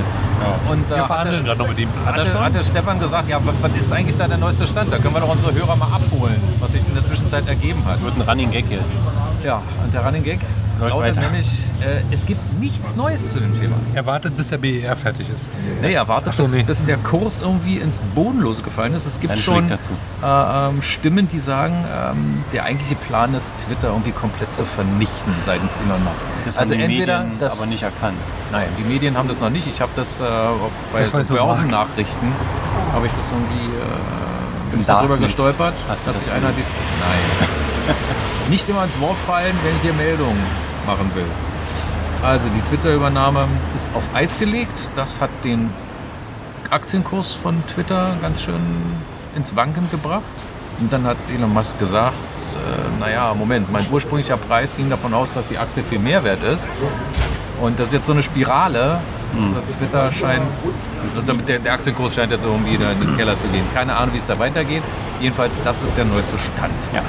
Und äh, Wir da hat, verhandeln der- gerade noch mit ihm. Hat er hat schon? der Stefan gesagt, ja, was, was ist eigentlich da der neueste Stand? Da können wir doch unsere Hörer mal abholen, was sich in der Zwischenzeit ergeben hat. Das wird ein Running Gag jetzt. Ja, und der Running Gag Läuft lautet weiter. nämlich, äh, es gibt nichts Neues zu dem Thema. Er wartet, bis der BER fertig ist. Naja, wartet, so, bis, nee. bis der Kurs irgendwie ins Bodenlose gefallen ist. Es gibt Dann schon schlägt dazu. Äh, ähm, Stimmen, die sagen, ähm, der eigentliche Plan ist, Twitter irgendwie komplett zu vernichten seitens Elon Musk. Also Das haben die Medien aber nicht erkannt. Nein, die Medien haben das noch nicht. Ich habe das äh, auf- bei Das weiß so nur Mark. Börsennachrichten, habe ich das irgendwie äh, bin ich darüber Darknet. gestolpert. Hast du Hat das sich einer dies Nein. *laughs* nicht immer ins Wort fallen, wenn ich hier Meldungen machen will. Also die Twitter-Übernahme ist auf Eis gelegt. Das hat den Aktienkurs von Twitter ganz schön ins Wanken gebracht. Und dann hat Elon Musk gesagt, äh, naja, Moment, mein ursprünglicher Preis ging davon aus, dass die Aktie viel mehr wert ist. Und das ist jetzt so eine Spirale. Hm. Also Twitter scheint, also damit der, der Aktienkurs scheint jetzt irgendwie da in den Keller zu gehen. Keine Ahnung, wie es da weitergeht. Jedenfalls, das ist der neueste Stand. Ja,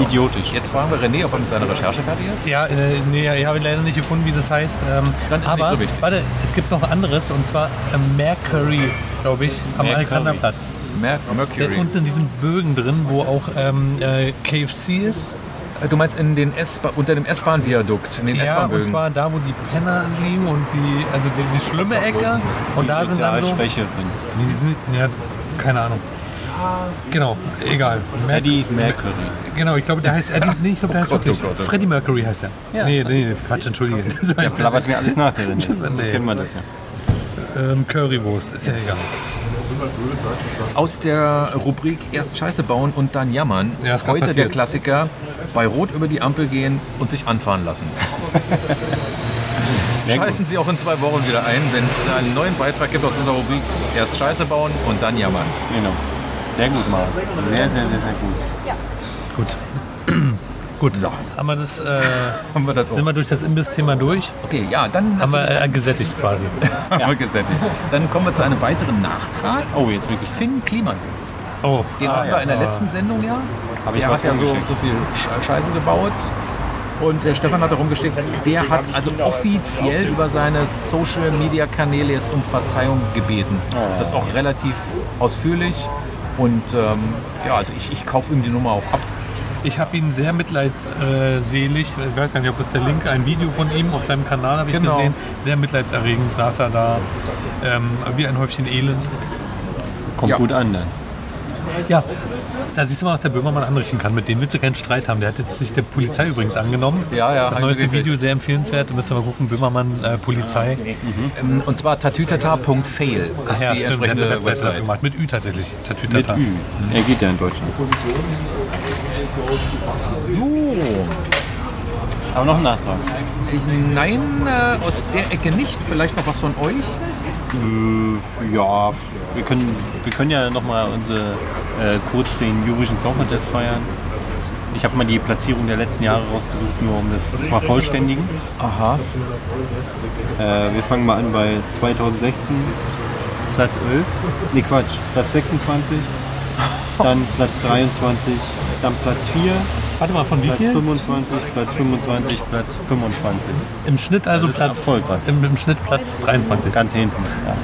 idiotisch. Jetzt fragen wir René, ob er mit seiner Recherche fertig ist. Ja, äh, nee, ich habe leider nicht gefunden, wie das heißt. Ähm, Dann ist aber, nicht so wichtig. Warte, es gibt noch anderes und zwar ähm, Mercury, glaube ich, am Mercury. Alexanderplatz. Mer Der ist Mercury. unten in diesen Bögen drin, wo auch ähm, äh, KFC ist. äh, Du meinst in den S unter dem S-Bahn-Viadukt, in den Ja, und S-Bahn-Bögen. zwar da, wo die Penner liegen und die, also die, die schlimme Ecke. Und da sind dann so. Schwäche drin. Nee, die sind, ja, keine Ahnung. Genau, egal. Mer- Eddie Mercury. Genau, ich glaube, der heißt Eddie. Nee, ich glaube, der heißt Gott, oh wirklich. Gott, oh Gott. Freddie Mercury heißt er. Nee, nee, Quatsch, entschuldige. *laughs* So Der heißt er. plappert mir alles nach der Rinde. Nee. Kennen wir das ja. Ähm, Currywurst, ist ja egal. Aus der Rubrik Erst Scheiße bauen und dann jammern. Ja, es kann Heute der passieren. Klassiker, bei Rot über die Ampel gehen und sich *laughs* anfahren lassen. gut. Schalten Sie auch in zwei Wochen wieder ein, wenn es einen neuen Beitrag gibt aus unserer Rubrik Erst Scheiße bauen und dann jammern. Genau. Sehr gut, Marc. Sehr, sehr, sehr, sehr gut. Gut. *clears throat* Gut, haben wir das, äh, Haben wir das sind auch. wir durch das Imbiss-Thema durch? Okay, ja, dann Haben *laughs* wir äh, gesättigt quasi. haben wir gesättigt. Dann kommen wir zu einem weiteren Nachtrag. Oh, jetzt bin ich gespannt. Finn Kliman. Oh, Den haben wir in der letzten Sendung ja. Habe ich Der was hat ja so, rumgeschickt. so viel Sch- Scheiße gebaut. Und der Stefan hat da rumgeschickt, der hat also offiziell über seine Social-Media-Kanäle jetzt um Verzeihung gebeten. Das ist auch relativ ausführlich. Und ähm, ja, also ich, ich kaufe ihm die Nummer auch ab. Ich habe ihn sehr mitleidsselig, ich weiß gar nicht, ob es der Link, ein Video von ihm auf seinem Kanal habe ich Genau. gesehen, sehr mitleidserregend saß er da, ähm, wie ein Häufchen Elend. Kommt Ja. gut an dann. Ja, da siehst du mal, was der Böhmermann anrichten kann. Mit dem willst du keinen Streit haben. Der hat jetzt sich der Polizei übrigens angenommen. Ja, ja, Das neueste angeblich. Video sehr empfehlenswert. Da müsst ihr mal gucken, Böhmermann, äh, Polizei. Ähm, Und zwar tatütata.fail ist die stimmt, der hat entsprechende eine Webseite dafür Website. gemacht. Mit Ü tatsächlich. Mit Tatütata. Ü. Hm. Er geht ja in Deutschland. Aber noch ein Nachtrag. Nein, äh, aus der Ecke nicht. Vielleicht noch was von euch? Ähm, Ja, wir können, wir können ja nochmal unsere, äh, kurz den jurischen Song Contest feiern. Ich habe mal die Platzierung der letzten Jahre rausgesucht, nur um das zu vervollständigen. Aha. Äh, wir fangen mal an bei 2016, Platz 11. Nee, Quatsch, Platz 26. Dann Platz 23, dann Platz 4, Warte mal, von wie Platz viel? 25, Platz 25, Platz 25. Im Schnitt also Das ist Platz, erfolgreich. im, im Schnitt Platz 23. Ganz hinten. Ja.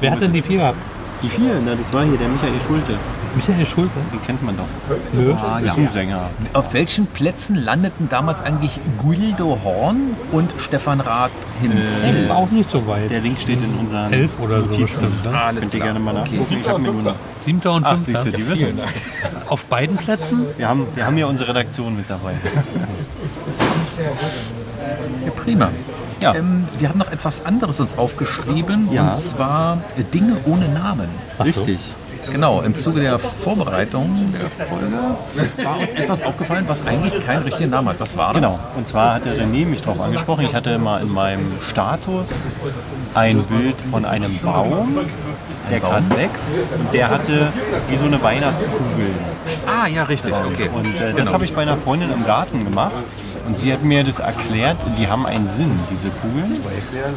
Wer hat denn die vier gehabt? Die 4, na, das war hier der Michael Schulte. Michael Schulte? Den kennt man doch. Nö. Ah, ja. Ist ein Sänger. Auf welchen Plätzen landeten damals eigentlich Guido Horn und Stefan Rath himself? Äh, War auch nicht so weit. Der Link steht in unseren Elf oder so Notizen. bestimmt, ne? Alles Könnt ihr klar. gerne mal nachgucken. Ich hab mir nur Siebter und Ach, fünfter. siehst du, die wissen. Auf beiden Plätzen? Wir haben, wir haben ja unsere Redaktion mit *laughs* dabei. Ja, prima. Ja. Ähm, wir haben noch etwas anderes uns aufgeschrieben, Ah. Ja. und zwar äh, Dinge ohne Namen. Richtig. Genau, im Zuge der Vorbereitung der Folge war uns etwas aufgefallen, was eigentlich keinen richtigen Namen hat. Was war das? Genau. Und zwar hatte René mich darauf angesprochen. Ich hatte mal in meinem Status ein Bild von einem Baum, der gerade wächst. Und der hatte wie so eine Weihnachtskugel. Ah, ja, richtig, okay. Genau. Und äh, das habe ich bei einer Freundin im Garten gemacht. Und sie hat mir das erklärt, die haben einen Sinn, diese Kugeln,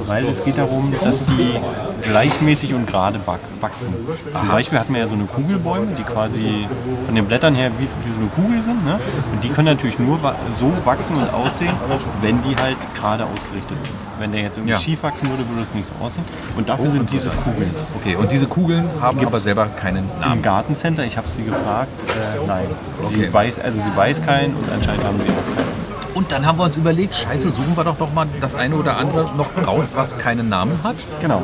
weil es geht darum, dass die gleichmäßig und gerade wach- wachsen. Zum Beispiel hatten wir ja so eine Kugelbäume, die quasi von den Blättern her wie, wie so eine Kugel sind. Ne? Und die können natürlich nur wa so wachsen und aussehen, wenn die halt gerade ausgerichtet sind. Wenn der jetzt irgendwie Ja. schief wachsen würde, würde es nicht so aussehen. Und dafür sind diese Kugeln. Okay, und diese Kugeln haben aber selber keinen Namen. Im Gartencenter, ich habe sie gefragt, äh, nein. Ah. Okay. Sie weiß, also sie weiß keinen und anscheinend haben sie auch keinen. Und dann haben wir uns überlegt, scheiße, suchen wir doch noch mal das eine oder andere noch raus, was keinen Namen hat. Genau,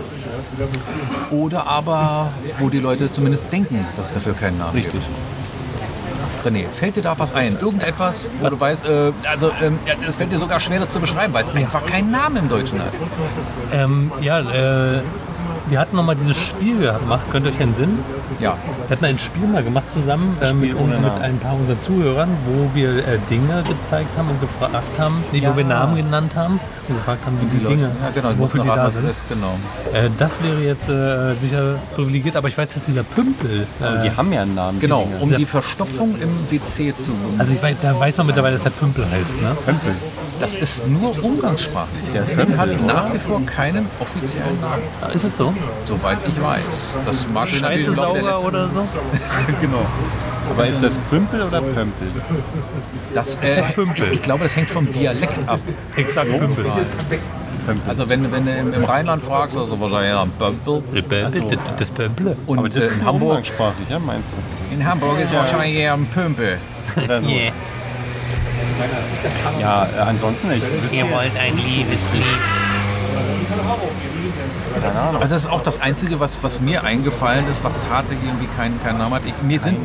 Oder aber, wo die Leute zumindest denken, dass dafür keinen Namen richtig. gibt. René, fällt dir da was ein? Irgendetwas, wo du weißt, äh, also ähm, ja, es fällt dir sogar schwer, das zu beschreiben, weil es einfach keinen Namen im Deutschen hat. Ähm, ja, äh, wir hatten noch mal dieses Spiel gemacht, könnt ihr euch entsinnen? Ja, Wir hatten ein Spiel mal gemacht zusammen ähm, Spiel mit, ohne mit Namen. ein paar unserer Zuhörern, wo wir äh, Dinge gezeigt haben und gefragt haben, nee, wo wir Namen genannt haben und gefragt haben, wie die, Leute- Dinge, Ja, genau, die wofür mussten die raten, da was es sind. ist. Genau. Äh, das wäre jetzt äh, sicher privilegiert, aber ich weiß, dass dieser Pümpel, äh, Also Die haben ja einen Namen. genau, Die Dinger. um die Verstopfung im WC zu. also ich weiß, da weiß man mittlerweile, dass der Pümpel heißt, ne? Das ist nur umgangssprachlich. Das Ding hat nach wie vor keinen offiziellen Namen, Ist es so? soweit ich weiß. Das mag sich natürlich Scheiße im Laufe der sauber letzten- oder so? Genau. Aber ist das Pümpel oder Pömpel? Das, äh, ich glaube, das hängt vom Dialekt ab. Exakt Pümpel. Also wenn, wenn du im, im Rheinland fragst, also wahrscheinlich ja, Bömpel. Das Pömpel. Und Aber das äh, ist in Hamburg. Hamburg, umgangssprachlich, ja, meinst du? in Hamburg ist wahrscheinlich eher ein Pömpel. Oder so. Yeah. Ja, äh, ansonsten, ich wüsste Ihr wollt ein liebes Lied. Aber das ist auch das Einzige, was, was mir eingefallen ist, was tatsächlich irgendwie keinen keinen Namen hat. Ich, mir sind,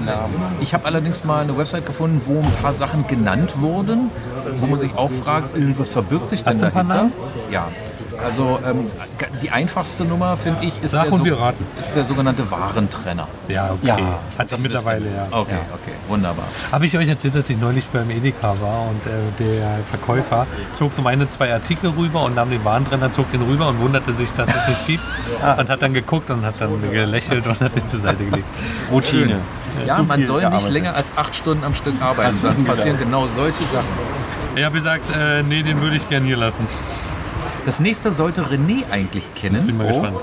ich habe allerdings mal eine Website gefunden, wo ein paar Sachen genannt wurden, wo man sich auch fragt, äh, was verbirgt sich denn Hast du ein paar dahinter? Namen? Ja. Also ähm, die einfachste Nummer, finde ich, ist Sag der, und wir raten. ist der sogenannte Warentrenner. Ja, okay. Ja, Hat sich Das wisst ihr. mittlerweile, ja. Okay, ja. okay, wunderbar. Habe ich euch erzählt, dass ich neulich beim Edeka war und äh, der Verkäufer zog so meine zwei Artikel rüber und nahm den Warentrenner, zog den rüber und wunderte sich, dass es nicht piept und hat dann geguckt und hat dann gelächelt und hat ihn zur Seite gelegt. Routine. Ja, Äh, Zu man viel soll gearbeitet. nicht länger als acht Stunden am Stück arbeiten, Hast du sonst gesagt. passieren genau solche Sachen. Ich habe gesagt, äh, nee, den würde ich gern hier lassen. Das nächste sollte René eigentlich Bin kennen. Oh, mal gespannt.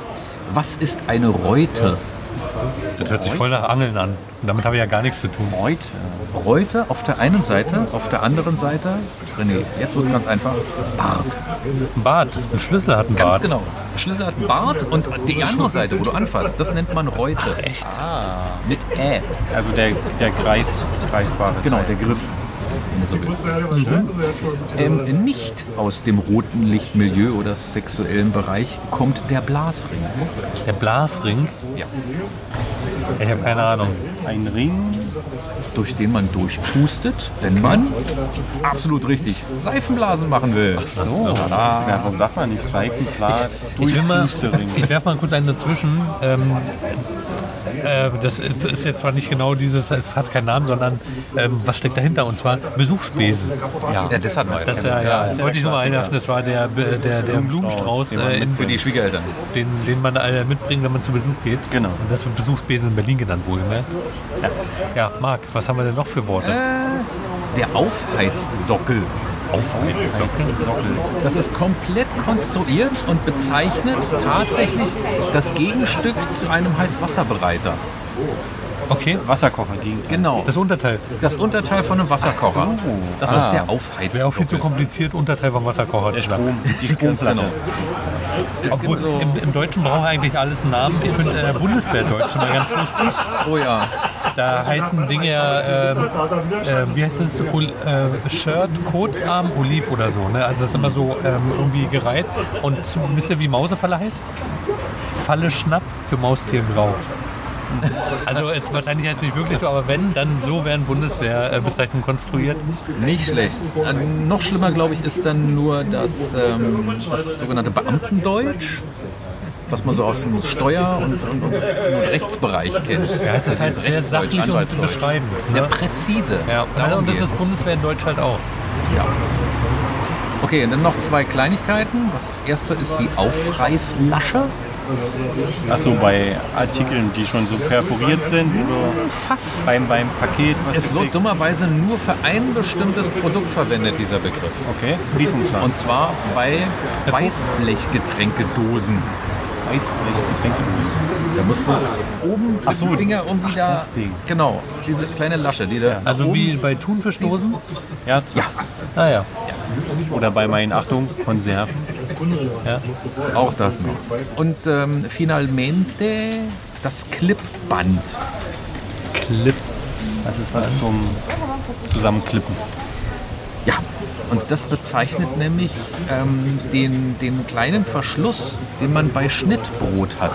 Was ist eine Reute? Das hört sich voll nach Angeln an. Und damit habe ich ja gar nichts zu tun. Heute. Reute auf der einen Seite, auf der anderen Seite, René, jetzt wird es ganz einfach, Bart. Ein Bart. Ein Schlüssel hat einen Ganz Bart. genau. Schlüssel hat Bart und die andere Seite, wo du anfasst, das nennt man Reute. echt? Mit Ä. Also der, der Greif, greifbare. Genau, Teil. der Griff. so will. Mhm. Ähm, nicht aus dem roten Lichtmilieu oder sexuellen Bereich kommt der Blasring. Der Blasring? Ja. Ich habe keine Ahnung. Ein Ring. Durch den man durchpustet, wenn man absolut richtig Seifenblasen machen will. Ach so. Ja, warum sagt man nicht Seifenglas? Ich will mal, Durchpustering. ich werfe mal kurz einen dazwischen. Ähm, äh, das ist ist jetzt zwar nicht genau dieses, es hat keinen Namen, sondern ähm, was steckt dahinter? Und zwar Besuchsbesen. Ja, das hat man. Das, ist ja, ja, das wollte ich nur mal einwerfen. Das war der, Be- der, der Blumenstrauß, Den man äh, mit in, für die Schwiegereltern. den, den man äh, mitbringt, wenn man zu Besuch geht. Genau. Und das wird Besuchsbesen in Berlin genannt, wohlgemerkt. Ja, Marc, was haben wir denn noch für Worte? Der Aufheizsockel. Aufheizsockel. Das ist komplett konstruiert und bezeichnet tatsächlich das Gegenstück zu einem Heißwasserbereiter. Okay, Wasserkocher gegen. Genau. das Unterteil. Das Unterteil von einem Wasserkocher. Das ist der Aufheizsockel. Ah. Wäre auch viel zu kompliziert, Unterteil vom Wasserkocher zu sagen. Strom, die Stromflatte. Es gibt Obwohl, so- im, im Deutschen braucht eigentlich alles einen Namen. Ich finde äh, Bundeswehrdeutsch immer ganz lustig. Oh ja. Da heißen Dinge, ähm, äh, wie heißt es, Ul- äh, Shirt, Kurzarm, Oliv oder so. Ne? Also das ist immer so ähm, irgendwie gereiht. Und zu, wisst ihr, wie Mausefalle heißt? Falle Schnapp für Maustier grau. Also es, wahrscheinlich heißt es nicht wirklich so, aber wenn, dann so werden Bundeswehrbezeichnungen konstruiert. Nicht schlecht. Äh, noch schlimmer, glaube ich, ist dann nur das, ähm, das sogenannte Beamtendeutsch, was man so aus dem Steuer- und, und, und Rechtsbereich kennt. Ja, es ist halt Dieses sehr Rechtsdeutsch, sachlich und Anwaltsdeutsch. beschreibend. Ja, Ne? präzise. Ja, Darum und das geht's. ist Bundeswehrdeutsch halt auch. Ja. Okay, und dann noch zwei Kleinigkeiten. Das erste ist die Aufreißlasche. Achso, bei Artikeln, die schon so perforiert sind oder Fast. beim, beim Paket, was Es du wird kriegst. dummerweise nur für ein bestimmtes Produkt verwendet, dieser Begriff. Okay, Briefumschlag. Und zwar bei Weißblechgetränkedosen. Eisblech, Getränke. Da musst du oben Ach so, den Finger irgendwie da. das Ding. Genau, diese kleine Lasche, die da. nach Also oben- wie bei Thunfischdosen? Ja, Ja, Naja. oder bei meinen, Achtung, Konserven. auch das noch. Und ähm, finalmente das Clipband. Clip. Das ist was zum Zusammenklippen. Ja, und das bezeichnet nämlich ähm, den, den kleinen Verschluss, den man bei Schnittbrot hat.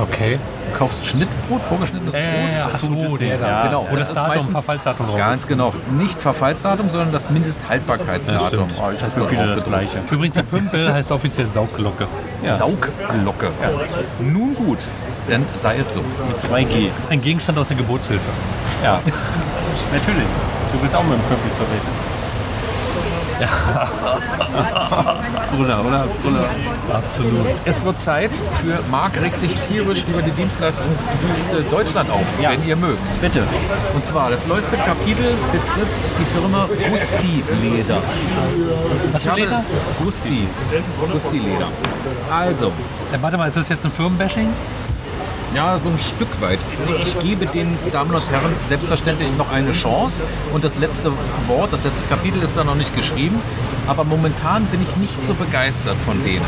Okay. Du kaufst Schnittbrot, vorgeschnittenes Brot. Äh, ach so, der da. ja. Genau, Wo das, Datum, meistens- Verfallsdatum drauf Ganz genau. Nicht Verfallsdatum, sondern das Ja, Mindesthaltbarkeitsdatum. stimmt. oh, ist das Für doch viele das aufgedruckt. Gleiche. ist. Übrigens, der Pümpel heißt offiziell Saugglocke. Ja. Saugglocke. Nun gut, dann sei es so. Mit 2G. Ein Gegenstand aus der Geburtshilfe. Ja. Natürlich. Du bist auch mit dem Köpfel zur Welt. Ja. Brüller, oder? Brüller. Absolut. Es wird Zeit für Marc regt sich tierisch über die Dienstleistungswüste Deutschland auf, wenn ihr mögt. Bitte. Und zwar, das neueste Kapitel betrifft die Firma Gusti Leder. Was für Leder? Gusti. Gusti Leder. Also, Äh, warte mal, ist das jetzt ein Firmenbashing? Ja, so ein Stück weit. Ich gebe den Damen und Herren selbstverständlich noch eine Chance. Und das letzte Wort, das letzte Kapitel ist da noch nicht geschrieben. Aber momentan bin ich nicht so begeistert von denen.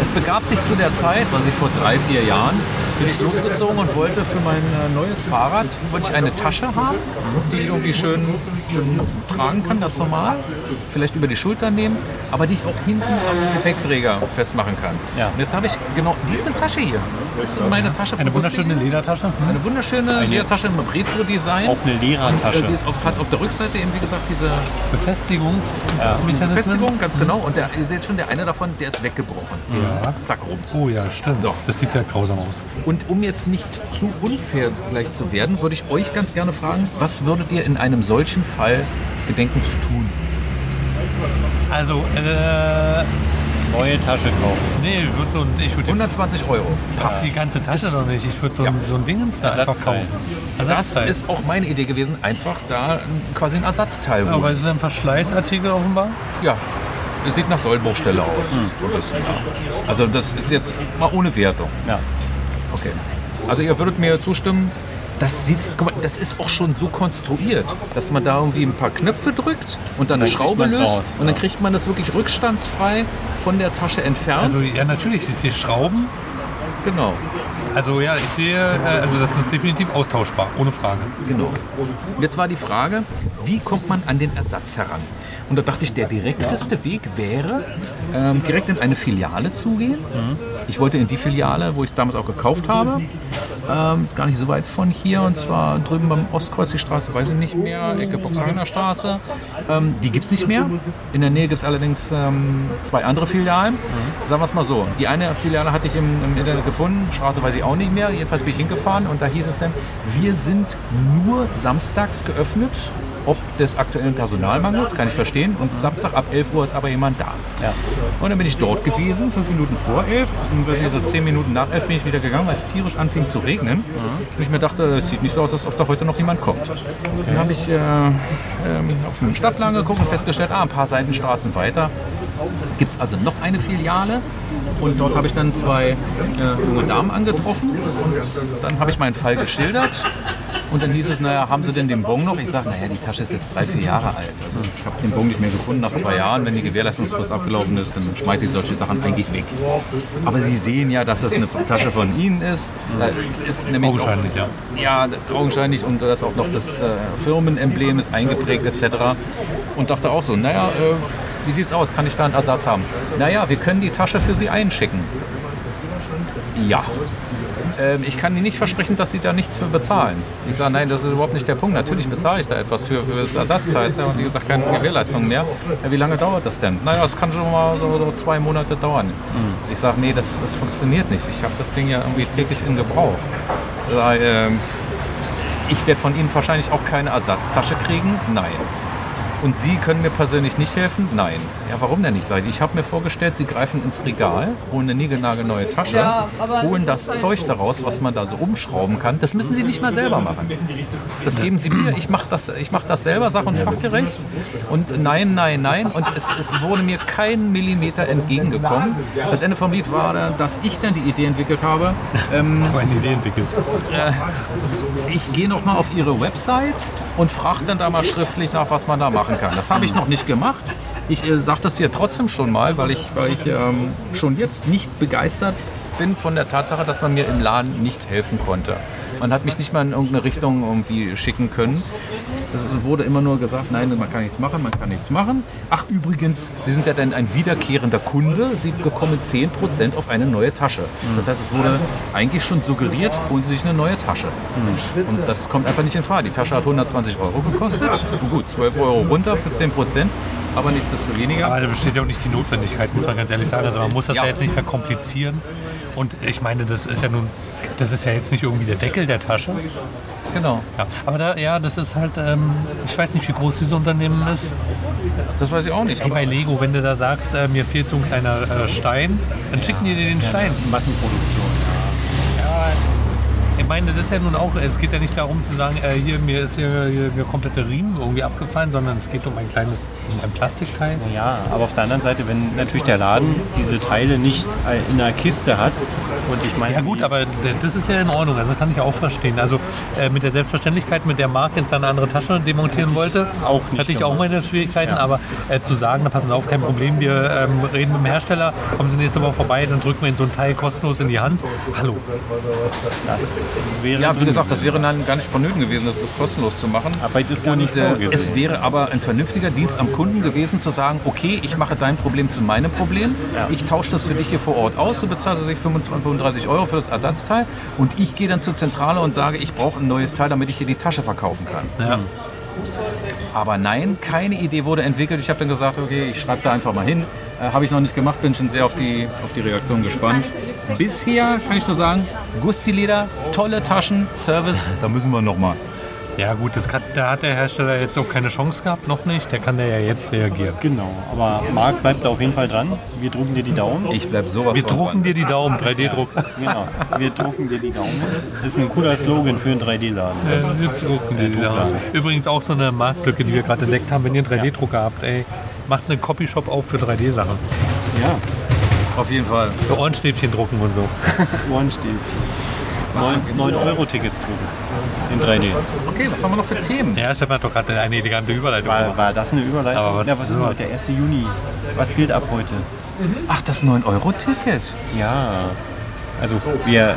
Es begab sich zu der Zeit, also vor drei, vier Jahren, bin ich losgezogen und wollte für mein äh, neues Fahrrad wollte ich eine Tasche haben, die ich irgendwie schön, schön tragen kann, ganz normal. Vielleicht über die Schulter nehmen, aber die ich auch hinten am Gepäckträger festmachen kann. Ja. Und jetzt habe ich genau diese Tasche hier. Das ist meine Tasche Eine wunderschöne Ledertasche. Hm? eine wunderschöne Ledertasche im Retro-Design. Auch eine Äh, Die Lehrertasche. ist auf, hat auf der Rückseite eben, wie gesagt, diese Befestigungsmechanismen. Befestigung, ganz genau. Und der, ihr seht schon, der eine davon, der ist weggebrochen. Ja. Zack, rums. Oh ja, stimmt. So. Das sieht ja grausam aus. Und um jetzt nicht zu unfair gleich zu werden, würde ich euch ganz gerne fragen, was würdet ihr in einem solchen Fall gedenken zu tun? Also, äh, Neue Tasche kaufen. nee, ich würde so ein, ich würd 120 Euro. Passt die ganze Tasche noch nicht. Ich würde so, ein- so ein Dingens da einfach Ersatzteil. kaufen. Das Ersatzteil. ist auch meine Idee gewesen, einfach da ähm, quasi ein Ersatzteil holen. Aber ist Oh, es ein Verschleißartikel offenbar? Ja, das sieht nach Sollbruchstelle aus. So das, ja. Also das ist jetzt mal ohne Wertung. Ja. Okay. Also ihr würdet mir zustimmen, das sieht, guck mal, das ist auch schon so konstruiert, dass man da irgendwie ein paar Knöpfe drückt und dann eine kriegt Schraube man's löst raus, und dann kriegt man das wirklich rückstandsfrei von der Tasche entfernt. Also, ja, natürlich, es ist hier Schrauben, genau. Also ja, ich sehe, äh, also das ist definitiv austauschbar, ohne Frage. Genau. Und jetzt war die Frage, wie kommt man an den Ersatz heran? Und da dachte ich, der direkteste Weg wäre, ähm, direkt in eine Filiale zu gehen. Ich wollte in die Filiale, wo ich damals auch gekauft habe. Ähm, ist gar nicht so weit von hier und zwar drüben beim Ostkreuz, die Straße, weiß ich nicht mehr, Ecke Boxhagener Straße. Ähm, die gibt es nicht mehr. In der Nähe gibt es allerdings ähm, zwei andere Filialen. Sagen wir es mal so. Die eine Filiale hatte ich im, im Internet gefunden, Straße weiß ich auch nicht mehr. Jedenfalls bin ich hingefahren und da hieß es dann, wir sind nur samstags geöffnet. Ob des aktuellen Personalmangels, kann ich verstehen. Und Samstag ab 11 Uhr ist aber jemand da. Und dann bin ich dort gewesen, fünf Minuten vor elf. Und weiß nicht, so zehn Minuten nach elf bin ich wieder gegangen, weil es tierisch anfing zu regnen. Und ich mir dachte, es sieht nicht so aus, als ob da heute noch jemand kommt. Dann habe ich äh, ähm, auf dem Stadtplan geguckt und festgestellt, ah, ein paar Seitenstraßen weiter gibt es also noch eine Filiale. Und dort habe ich dann zwei äh, junge Damen angetroffen. Und dann habe ich meinen Fall geschildert. Und dann hieß es, naja, haben Sie denn den Bon noch? Ich sage, naja, die Tasche ist jetzt drei, vier Jahre alt. Also ich habe den Bon nicht mehr gefunden nach zwei Jahren. Wenn die Gewährleistungsfrist abgelaufen ist, dann schmeiße ich solche Sachen eigentlich weg. Aber Sie sehen ja, dass das eine Tasche von Ihnen ist. Da ist nämlich noch- Augenscheinlich, ja. ja, augenscheinlich und das auch noch das äh, Firmenemblem ist eingeprägt etc. Und dachte auch so, naja, äh, wie sieht's aus? Kann ich da einen Ersatz haben? Naja, wir können die Tasche für Sie einschicken. Ja. Ähm, ich kann Ihnen nicht versprechen, dass Sie da nichts für bezahlen. Ich sage, nein, das ist überhaupt nicht der Punkt. Natürlich bezahle ich da etwas für, für das Ersatzteil. Ist ja, wie gesagt, keine Gewährleistung mehr. Ja, wie lange dauert das denn? Naja, es kann schon mal so, so zwei Monate dauern. Ich sage, nee, das, das funktioniert nicht. Ich habe das Ding ja irgendwie täglich in Gebrauch. Ja, ähm, ich werde von Ihnen wahrscheinlich auch keine Ersatztasche kriegen. Nein. Und Sie können mir persönlich nicht helfen? Nein. Ja, warum denn nicht? Sag ich, Ich habe mir vorgestellt, Sie greifen ins Regal, holen eine niegelnagelneue Tasche, Ja, aber holen das das ist halt Zeug so. daraus, was man da so umschrauben kann. Das müssen Sie nicht mal selber machen. Das geben Sie mir. Ich mache das, ich mach das selber, sach- und fachgerecht. Und nein, nein, nein. Und es, es wurde mir kein Millimeter entgegengekommen. Das Ende vom Lied war, dann, dass ich dann die Idee entwickelt habe, Ich habe eine Idee entwickelt. ich gehe noch mal auf ihre Website und frage dann da mal schriftlich nach, was man da machen kann. Das habe ich noch nicht gemacht. Ich äh, sage das hier trotzdem schon mal, weil ich, weil ich ähm, schon jetzt nicht begeistert bin von der Tatsache, dass man mir im Laden nicht helfen konnte. Man hat mich nicht mal in irgendeine Richtung irgendwie schicken können. Es wurde immer nur gesagt, nein, man kann nichts machen, man kann nichts machen. Ach übrigens, Sie sind ja dann ein wiederkehrender Kunde. Sie bekommen 10% auf eine neue Tasche. Das heißt, es wurde eigentlich schon suggeriert, holen Sie sich eine neue Tasche. Und das kommt einfach nicht in Frage. Die Tasche hat 120 Euro gekostet. Gut, 12 Euro runter für 10%, aber nichtsdestoweniger. Aber da besteht ja auch nicht die Notwendigkeit, muss man ganz ehrlich sagen. Also man muss das ja, Ja. jetzt nicht verkomplizieren. Und ich meine, das ist ja nun, das ist ja jetzt nicht irgendwie der Deckel der Tasche. Genau. Ja, aber da, ja, das ist halt, ähm, ich weiß nicht, wie groß dieses Unternehmen ist. Das weiß ich auch nicht. Ey, bei Lego, wenn du da sagst, äh, mir fehlt so ein kleiner äh, Stein, dann schicken die dir den Stein. Massenproduktion. Ich meine, das ist ja nun auch, es geht ja nicht darum zu sagen, äh, hier, mir ist hier, hier mir komplette Riemen irgendwie abgefallen, sondern es geht um ein kleines, um ein Plastikteil. Ja, aber auf der anderen Seite, wenn natürlich der Laden diese Teile nicht äh, in einer Kiste hat und ich meine, Ja gut, aber d- das ist ja in Ordnung, also das kann ich ja auch verstehen. Also äh, mit der Selbstverständlichkeit, mit der Mark jetzt eine andere Tasche demontieren wollte, auch nicht hatte ich auch gemacht. meine Schwierigkeiten, aber äh, zu sagen, na passen Sie auf, kein Problem, wir ähm, reden mit dem Hersteller, kommen Sie nächste Woche vorbei, dann drücken wir Ihnen so ein Teil kostenlos in die Hand. Hallo. das wäre Ja, wie drin gesagt, das gewesen. wäre dann gar nicht vonnöten gewesen, das, das kostenlos zu machen. Aber das ist gar nicht Und, äh, vorgesehen. es wäre aber ein vernünftiger Dienst am Kunden gewesen, zu sagen, okay, ich mache dein Problem zu meinem Problem, ich tausche das für dich hier vor Ort aus, du bezahlst also 25, 35 Euro für das Ersatzteil und ich gehe dann zur Zentrale und sage, ich brauche ein neues Teil, damit ich dir die Tasche verkaufen kann. Ja. Aber nein, keine Idee wurde entwickelt. Ich habe dann gesagt, okay, ich schreibe da einfach mal hin. Äh, habe ich noch nicht gemacht, bin schon sehr auf die, auf die Reaktion gespannt. Bisher kann ich nur sagen, Gusti-Leder, tolle Taschen, Service, da müssen wir nochmal. Ja gut, das kann, da hat der Hersteller jetzt auch keine Chance gehabt, noch nicht. Der kann da ja jetzt reagieren. Genau, aber Marc bleibt da auf jeden Fall dran. Wir drücken dir die Daumen. Ich bleibe sowas Wir von drucken dran. dir die Daumen, 3D-Druck. Genau, wir drucken dir die Daumen. Das ist ein cooler Slogan für einen 3D-Laden. *laughs* Äh, wir drucken dir die Daumen. Übrigens auch so eine Marktlücke, die wir gerade entdeckt haben, wenn ihr einen 3D-Drucker habt, ey. Macht einen Copyshop auf für 3D-Sachen. Ja, Auf jeden Fall. Für Ohrenstäbchen drucken und so. Ohrenstäbchen. 9-Euro-Tickets drucken. Das sind 3D. Okay, was haben wir noch für Themen? Ja, Stefan hat doch gerade eine elegante Überleitung War, gemacht. war das eine Überleitung? Aber was- ja, was ist denn heute? Der 1. Juni. Was gilt ab heute? Ach, das 9-Euro-Ticket. Ja, also wir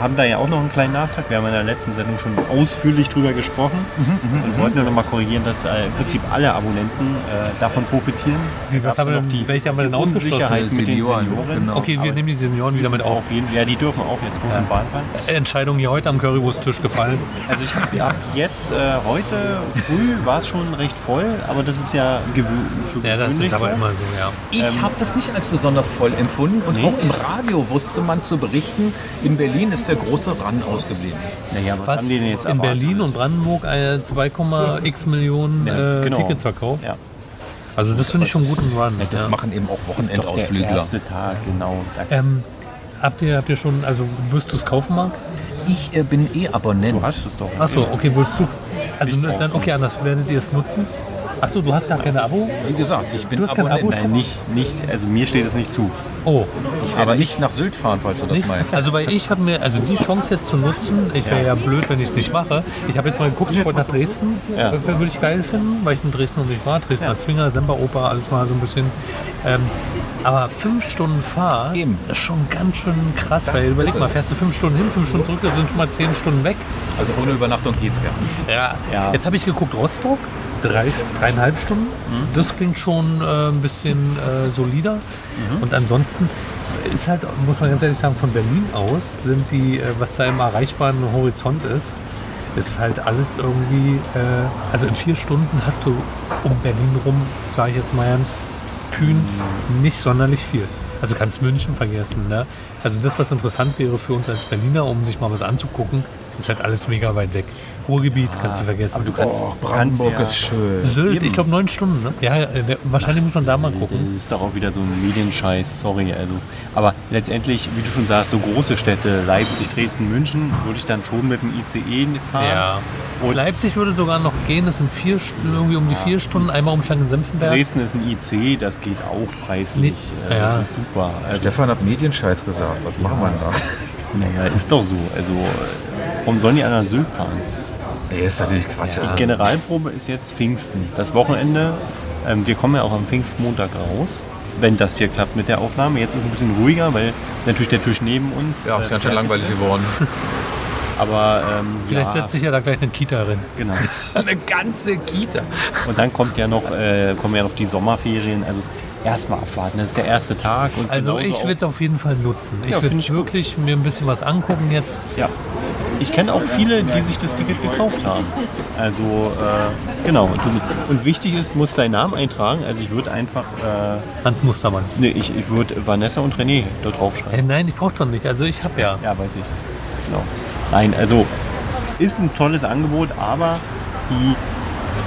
haben da ja auch noch einen kleinen Nachtrag. Wir haben in der letzten Sendung schon ausführlich drüber gesprochen Mhm, und wollten nur noch mal korrigieren, dass äh, im Prinzip alle Abonnenten äh, davon profitieren. Wie, was Gab's haben wir denn- welche haben wir denn ausgeschlossen? Unsicherheit mit den Senioren, Senioren. genau. Okay, wir Aber nehmen die Senioren wieder mit auf. Auf jeden Ja, die dürfen auch jetzt groß im Bahn fahren. Entscheidung hier heute am Currywurst-Tisch gefallen. Also ich habe ab jetzt, äh, heute früh war es schon recht voll, aber das ist ja gewö für Ja, das gewöhnlich ist aber so. immer so, ja. Ich habe das nicht als besonders voll empfunden und Nee. auch im Radio wusste man zu berichten, in Berlin ist der große Rand ausgeblieben. Naja, was, Was haben die denn jetzt in erwartet? Berlin und Brandenburg äh, 2,x Millionen Ja, äh, genau. Tickets verkauft. Ja. Also das finde ich schon einen guten Run. Das ja. machen eben auch Der Wochenendausflügler. erste Tag, genau. Da ähm, habt, ihr, habt ihr schon, also wirst du es kaufen, Marc? Ich äh, bin eh Abonnent. Du hast es doch. Achso, okay, willst du. Also Ich ne, dann, brauch's okay, anders werdet ihr es nutzen. Achso, du hast gar keine Abo? Wie gesagt, ich bin Du hast kein Abo? Nein, nicht, nicht, also mir steht es nicht zu. Oh, Ich werde nicht nach Sylt fahren, falls du das nicht? *laughs* meinst. Also, weil ich habe mir, also die Chance jetzt zu nutzen, ich wäre ja. blöd, wenn ich es nicht mache. Ich habe jetzt mal geguckt, ich wollte nach Dresden. Ja. Das Würde ich geil finden, weil ich in Dresden noch nicht war. Dresdner Zwinger, Semperoper, alles mal so ein bisschen. Ähm, aber fünf Stunden Fahrt Eben. ist schon ganz schön krass, weil ist überleg mal, es. fährst du fünf Stunden hin, fünf Stunden zurück, das sind schon mal zehn Stunden weg. Also ohne Übernachtung geht's gar nicht. Ja, Ja. jetzt habe ich geguckt, Rostock, drei, dreieinhalb Stunden. Das klingt schon äh, ein bisschen äh, solider. Und ansonsten ist halt, muss man ganz ehrlich sagen, von Berlin aus sind die, äh, was da im erreichbaren Horizont ist, ist halt alles irgendwie, äh, also in vier Stunden hast du um Berlin rum, sage ich jetzt mal ganz kühn, Mhm. nicht sonderlich viel. Also kannst München vergessen. Ne? Also das, was interessant wäre für uns als Berliner, um sich mal was anzugucken, ist halt alles mega weit weg. Ruhrgebiet kannst du vergessen. Ah, Aber du kannst, Oh, kannst ja, schön. Sylt, eben. ich glaube neun Stunden. Ne? Ja, äh, wer- wahrscheinlich muss man da mal gucken. Das ist doch auch wieder so ein Medienscheiß, sorry. Also, aber letztendlich, wie du schon sagst, so große Städte, Leipzig, Dresden, München, würde ich dann schon mit dem ICE fahren. Ja. Und Leipzig würde sogar noch gehen. Das sind vier, St- irgendwie um die vier Stunden einmal umsteigen in Senfenberg. Dresden ist ein IC, das geht auch preislich. Nee, Äh, ja. Das ist super. Also, Stefan hat Medienscheiß gesagt. Was machen wir denn naja, ist doch so. Also, äh, warum sollen die an der Sylt fahren? da? Nee, ist natürlich Quatsch. Die Generalprobe ist jetzt Pfingsten. Das Wochenende, ähm, wir kommen ja auch am Pfingstmontag raus, wenn das hier klappt mit der Aufnahme. Jetzt ist es ein bisschen ruhiger, weil natürlich der Tisch neben uns. Ja, äh, ist ganz schön langweilig geworden. Aber ähm, Vielleicht ja, setzt sich ja da gleich eine Kita rein. Genau. Eine ganze Kita. Und dann kommt ja noch, äh, kommen ja noch die Sommerferien. Also erstmal abwarten. Das ist der erste Tag. Und Also genauso ich auch- will es auf jeden Fall nutzen. Ich Ja, will find es ich gut. wirklich mir ein bisschen was angucken jetzt. Ja. Ich kenne auch viele, die sich das Ticket gekauft haben. Also, äh, genau. Und, du, und wichtig ist, muss dein Name eintragen. Also ich würde einfach, äh, Hans Mustermann. nee, ich, ich würde Vanessa und René da draufschreiben. Äh, nein, ich brauche doch nicht. Also ich habe ja. Ja, weiß ich. Genau. Nein, also ist ein tolles Angebot, aber die,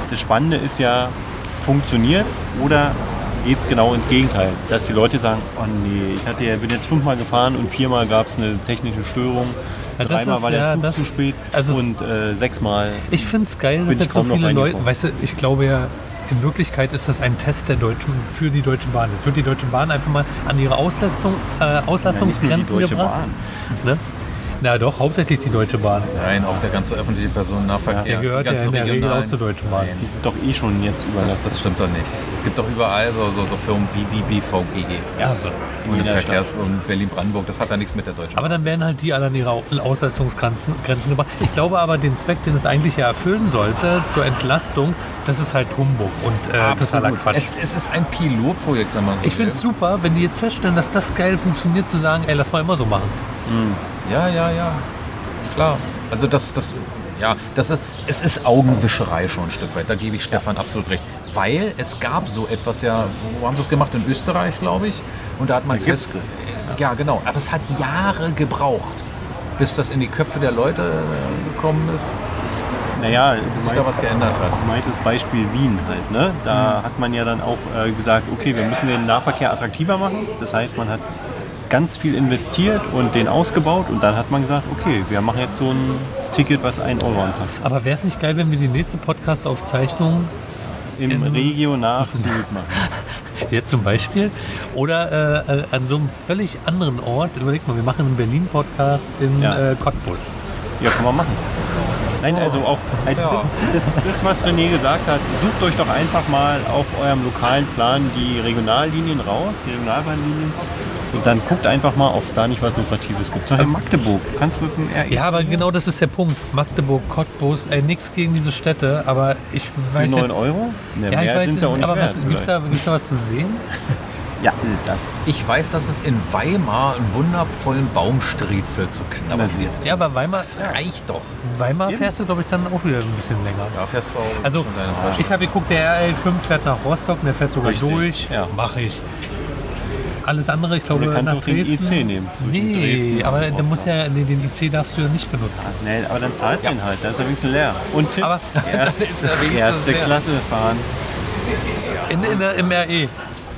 das Spannende ist ja, funktioniert es oder geht es genau ins Gegenteil? Dass die Leute sagen, oh nee, ich hatte, ja- bin jetzt fünfmal gefahren und viermal gab es eine technische Störung, Ja, das dreimal ist war der ja- Zug das- zu spät also es- und äh, sechsmal. Ich finde es geil, dass ich jetzt so kaum noch viele Leute, reingekommen. weißt du, ich glaube ja, in Wirklichkeit ist das ein Test der Deutschen für die Deutsche Bahn. Jetzt wird die Deutsche Bahn einfach mal an ihre Auslastung, äh, Ja, nicht Auslastungsgrenzen nur die Deutsche gebracht. Ne? Na doch, hauptsächlich die Deutsche Bahn. Nein, auch der ganze öffentliche Personennahverkehr. Der gehört ja in der Regel auch zur Deutschen Bahn. Die sind doch eh schon jetzt Das, überlastet. das stimmt doch nicht. Es gibt doch überall so, so, so Firmen wie die BVG. Ja, so. in jeder Stadt. Verkehrs- und Berlin-Brandenburg. Das hat da nichts mit der Deutschen Aber dann werden halt die alle an ihre Au- Auslastungsgrenzen Grenzen gebracht. Ich glaube aber, den Zweck, den es eigentlich ja erfüllen sollte, zur Entlastung, das ist halt Humbug und äh, totaler Quatsch. Es, es ist ein Pilotprojekt, wenn man so ich will. finde es super, wenn die jetzt feststellen, dass das geil funktioniert, zu sagen, ey, lass mal immer so machen. Ja, ja, ja. Klar. Also das, das, ja, das ist, es ist Augenwischerei schon ein Stück weit. Da gebe ich Stefan absolut recht. Weil es gab so etwas ja, wo haben sie es gemacht? In Österreich, glaube ich. Und da hat man Da gibt's fest- Ja, genau. Aber es hat Jahre gebraucht, bis das in die Köpfe der Leute äh, gekommen ist, Naja, du bis sich da meinst- was geändert halt. Mhm. hat. Du meinst das Beispiel Wien halt, ne? Da hat man ja dann auch äh, gesagt, okay, wir müssen den Nahverkehr attraktiver machen. Das heißt, man hat ganz viel investiert und den ausgebaut und dann hat man gesagt, okay, wir machen jetzt so ein Ticket, was 1 Euro am Tag Aber wäre es nicht geil, wenn wir die nächste Podcast-Aufzeichnung im Ähm. Regio *laughs* nach Süd machen. jetzt zum Beispiel oder äh, äh, an so einem völlig anderen Ort, überleg mal, wir machen einen Berlin-Podcast in Ja. äh, Cottbus. Ja, kann man machen. Nein, also auch als Tipp, das, das, was René gesagt hat, sucht euch doch einfach mal auf eurem lokalen Plan die Regionallinien raus, die Regionalbahnlinien. Und dann guckt einfach mal, ob es da nicht was Lukratives gibt. Zum Beispiel Magdeburg, kannst mit dem RE. Äh, Ja, aber genau das ist der Punkt. Magdeburg, Cottbus, ey, nix gegen diese Städte, aber ich Für weiß 9 jetzt... Euro? Ne, Ja, ich weiß, sind's nicht, aber wert was, gibt's, da, gibt's da was zu sehen? vielleicht. Ja, das Ich weiß, dass es in Weimar einen wundervollen Baumstriezel zu knabbern Das ist- ist. Ja, aber Weimar, reicht doch. Weimar Eben. fährst du, glaube ich, dann auch wieder ein bisschen länger. Da fährst du auch Also, schon deine Ruhe. ich habe geguckt, der RL5 fährt nach Rostock, und der fährt sogar Richtig, durch. ja. Mach ich. Alles andere, ich glaube, Oder kannst nach auch den Dresden. IC nehmen, zwischen nee, Dresden und aber der Rostock. muss ja, nee, den IC darfst du ja nicht benutzen. Nee, aber dann zahlst du ihn halt, da ist er wenigstens leer. Und Tipp, Aber- *laughs* erst, ist ja wenigstens erste leer. Klasse fahren. In, in der, E. Im RE.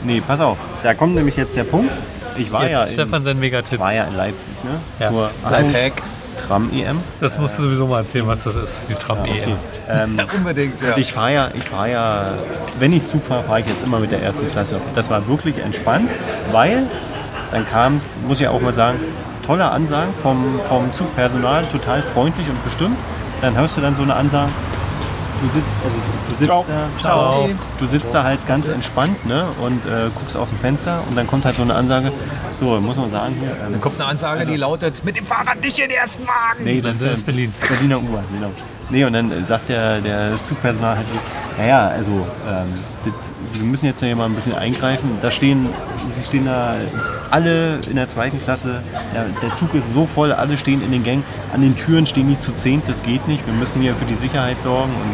Nee, pass auf, da kommt nämlich jetzt der Punkt. Ich war, Ah ja Jetzt in, Stefan sein Megatipp. war ja in Leipzig, ne? Ja. Zur Achtung, Lifehack. Tram-EM. Das musst du sowieso mal erzählen, was das ist, die Tram E EM. Ähm, Unbedingt, ja. Ich fahre ja, ich fahre ja, wenn ich Zug fahre, fahre ich jetzt immer mit der ersten Klasse. Das war wirklich entspannt, weil dann kam es, muss ich auch mal sagen, tolle Ansagen vom, vom Zugpersonal, total freundlich und bestimmt. Dann hörst du dann so eine Ansage, du sitzt, also du sitzt Ciao. da. Ciao. Du sitzt da halt ganz entspannt ne, und äh, guckst aus dem Fenster und dann kommt halt so eine Ansage, so muss man sagen, hier, ähm, Dann kommt eine Ansage, die lautet, mit dem Fahrrad nicht in den ersten Wagen. Nee, Dann das sind ist es äh, Berlin. Berliner U-Bahn, genau. Nee, und dann äh, sagt der, der das Zugpersonal halt, so, naja, also ähm, das, wir müssen jetzt hier mal ein bisschen eingreifen. Da stehen, sie stehen da alle in der zweiten Klasse, der, der Zug ist so voll, alle stehen in den Gängen, an den Türen stehen die zu zehnt, das geht nicht, wir müssen hier für die Sicherheit sorgen und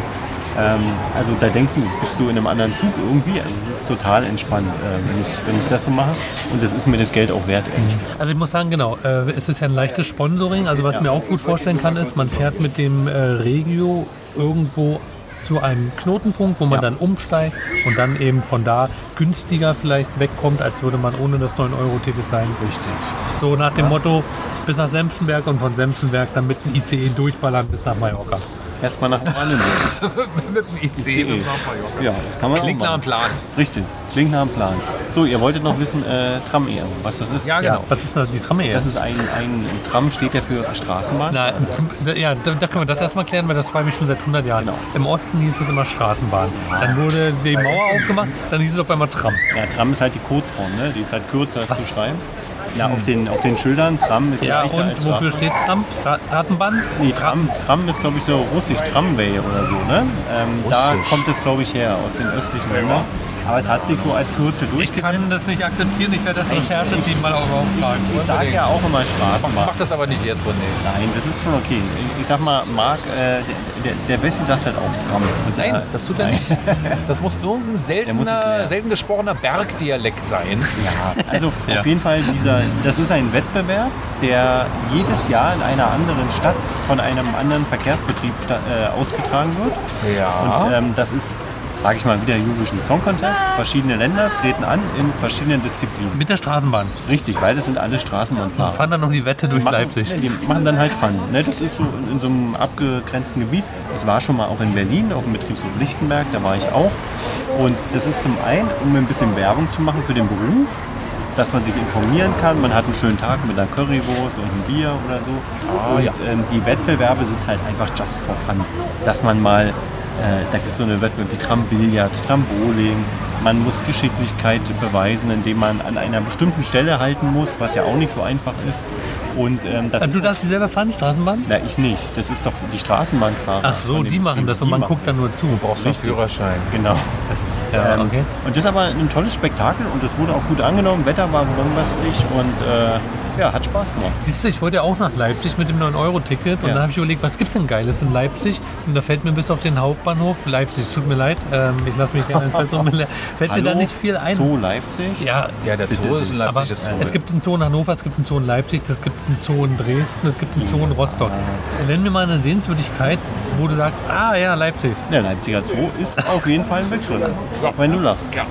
ähm, also da denkst du, bist du in einem anderen Zug irgendwie, also es ist total entspannt, äh, wenn, ich, wenn ich das so mache und das ist mir das Geld auch wert, ehrlich. Also ich muss sagen, genau, äh, es ist ja ein leichtes Sponsoring. Also was ich mir auch gut vorstellen kann, ist, man fährt mit dem äh, Regio irgendwo zu einem Knotenpunkt, wo man dann umsteigt und dann eben von da günstiger vielleicht wegkommt, als würde man ohne das 9-Euro-Ticket sein. Richtig. So nach dem Motto, bis nach Senftenberg und von Senftenberg dann mit dem ICE durchballern bis nach Mallorca. Erstmal nach Oranienburg. Mit dem IC. ICE. Ja, das kann man Klingt auch nach einem machen. Plan. Richtig, klingt nach einem Plan. So, ihr wolltet noch wissen, äh, Tram eher, was das ist? Ja, Ja, genau. was ist das, die Tramme Das ist ein, ein Tram, steht ja für Straßenbahn. Na, da- ja, da, da können wir das erstmal klären, weil das frage ich mich schon seit 100 Jahren. Genau. Im Osten hieß es immer Straßenbahn. Dann wurde die Mauer aufgemacht, dann hieß es auf einmal Tram. Ja, Tram ist halt die Kurzform, ne? die ist halt kürzer zu schreiben. Na, auf den, auf den Schildern, Tram ist Hm. Ja, leichter und als wofür Straßenbahn. steht Tram? Stra Straßenbahn? Nee, Tram, Tram ist, glaube ich, so russisch, Tramway oder so. Ne? Ähm, da Russisch. kommt es, glaube ich, her, aus den östlichen Ländern. Aber es hat sich so als Kürzel Ich kann durchgesetzt. das nicht akzeptieren, ich werde das Rechercheteam mal auch aufschlagen. Ich sage ja auch immer Straßenbahn. Mach das aber nicht jetzt, René. Nein, das ist schon okay. Ich sag mal, Marc, äh, der, der, der Wessi sagt halt auch Tram. Und der- Nein, das tut er Nein. nicht. Das muss irgendein muss es seltener, lernen. selten gesprochener Bergdialekt sein. Ja, also Ja. auf jeden Fall, dieser, das ist ein Wettbewerb, der jedes Jahr in einer anderen Stadt von einem anderen Verkehrsbetrieb sta- äh, ausgetragen wird. Ja. Und ähm, das ist, sage ich mal, wieder Eurovision Song Contest. Verschiedene Länder treten an in verschiedenen Disziplinen. Mit der Straßenbahn. Richtig, weil das sind alle Wir Straßenbahnfahrer. fahren dann noch die Wette durch machen, Leipzig. Nee, die machen dann halt Fun. Ne, das ist so in, in so einem abgegrenzten Gebiet. Das war schon mal auch in Berlin, auf dem Betriebshof Lichtenberg, da war ich auch. Und das ist zum einen, um ein bisschen Werbung zu machen für den Beruf, dass man sich informieren kann. Man hat einen schönen Tag mit einer Currywurst und einem Bier oder so. und ja. ähm, die Wettbewerbe sind halt einfach just for fun. Dass man mal, äh, da gibt es so eine Wettbewerbe wie Trambillard, Tramboling. Man muss Geschicklichkeit beweisen, indem man an einer bestimmten Stelle halten muss, was ja auch nicht so einfach ist. Und ähm, das Also, du ist darfst sie selber fahren, Straßenbahn? na, ich nicht. Das ist doch die Straßenbahnfahrer. Ach so, Von dem die machen Betrieb. das und Die man machen guckt dann nur zu. brauchst einen richtig. Führerschein. Genau. Ähm, Ja, okay. Und das ist aber ein tolles Spektakel und das wurde auch gut angenommen. Wetter war bombastig und äh, ja, hat Spaß gemacht. Siehst du, ich wollte ja auch nach Leipzig mit dem 9-Euro-Ticket und Ja. dann habe ich überlegt, was gibt's denn Geiles in Leipzig? Und da fällt mir bis auf den Hauptbahnhof Leibzig, es tut mir leid, ähm, ich lasse mich gerne ins *laughs* Bessere belehren, fällt mir da nicht viel ein. Zoo Leipzig. Ja, Ja, der Zoo ist in aber Leipzig. ist es gibt einen Zoo in Hannover, es gibt einen Zoo in Leipzig, es gibt einen Zoo in Dresden, es gibt einen Zoo in Rostock. Nenn mir mal eine Sehenswürdigkeit, wo du sagst, ah ja, Leipzig. Der Leipziger Zoo ist auf jeden Fall ein Begriff. Auch wenn du lachst. Ja.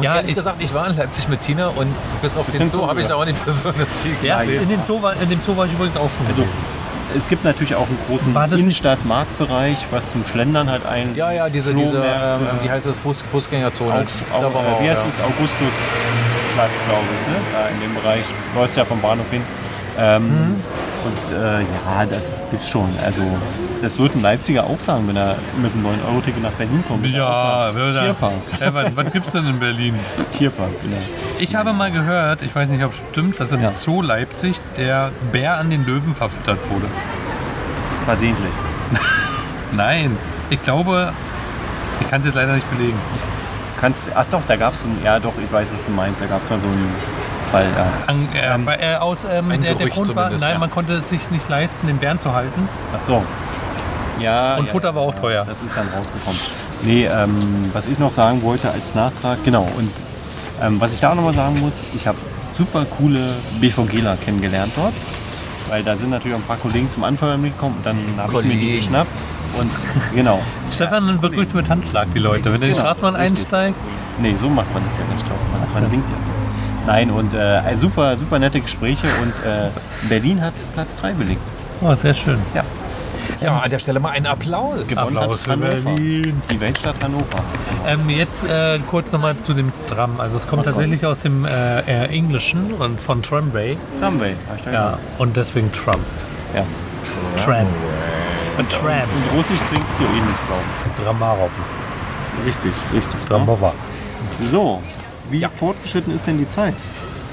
Ja, Ehrlich ich, gesagt, ich war in Leipzig mit Tina und bis auf den sind Zoo so habe ich gut. da auch nicht besonders viel ja gesehen. in, den Zoo war, in dem Zoo war ich übrigens auch schon. Also, gewesen. es gibt natürlich auch einen großen War das nicht- Innenstadt-Marktbereich, was zum Schlendern hat ein. Ja, ja, diese, diese ähm, Flohmärkte. wie heißt das, Fuß, Fußgängerzone. August, August, äh, wie heißt ja. es? Augustusplatz, glaube ich, ne? da in dem Bereich. Du läufst ja vom Bahnhof hin. Ähm, Und äh, ja, das gibt's schon. Also das wird ein Leipziger auch sagen, wenn er mit einem 9-Euro-Ticket nach Berlin kommt. Wird er auch Ja, sagen, würde- Tierpark. Evan, was gibt's denn in Berlin? Tierpark, genau. Ich habe mal gehört, ich weiß nicht, ob es stimmt, dass im Ja. Zoo Leipzig der Bär an den Löwen verfüttert wurde. Versehentlich. Nein, ich glaube, ich kann es jetzt leider nicht belegen. Kannst, ach doch, da gab's so ein, ja doch, ich weiß, was du meinst, da gab's mal so einen Fall. Ja. An, äh, weil, äh, aus, ähm, ein der, der Gerücht Grund war, zumindest, nein, ja. man konnte es sich nicht leisten, den Bären zu halten. Ach so. Ja. Und ja, Futter ja, war auch ja, teuer. Das ist dann rausgekommen. Nee, ähm, was ich noch sagen wollte als Nachtrag, genau. Und ähm, was ich da auch nochmal sagen muss, ich habe super coole BVGler kennengelernt dort. Weil da sind natürlich auch ein paar Kollegen zum Anfang mitgekommen und dann habe ich mir die Kollegen. geschnappt. Und genau. Stefan dann begrüßt mit Handschlag die Leute. Wenn du in die Genau, Straßenbahn richtig. einsteigt, Nee, so macht man das ja nicht drauf. Man, man winkt ja. Nein, und äh, super, super nette Gespräche und äh, Berlin hat Platz 3 belegt. oh, sehr schön. Ja, an der Stelle mal einen Applaus. Gewonnen hat Applaus für Hannover. Berlin. Die Weltstadt Hannover. Ähm, jetzt äh, kurz nochmal zu dem Tram. Also es kommt tatsächlich aus dem äh, eher Englischen und von Tramway. Tramway. hab ich da Ja, und deswegen Tram. Ja. Tram. Und Tram. Und Russisch klingt so ähnlich, glaube Dramarov. ich. Richtig, richtig. Dramova. So, wie fortgeschritten ist denn die Zeit?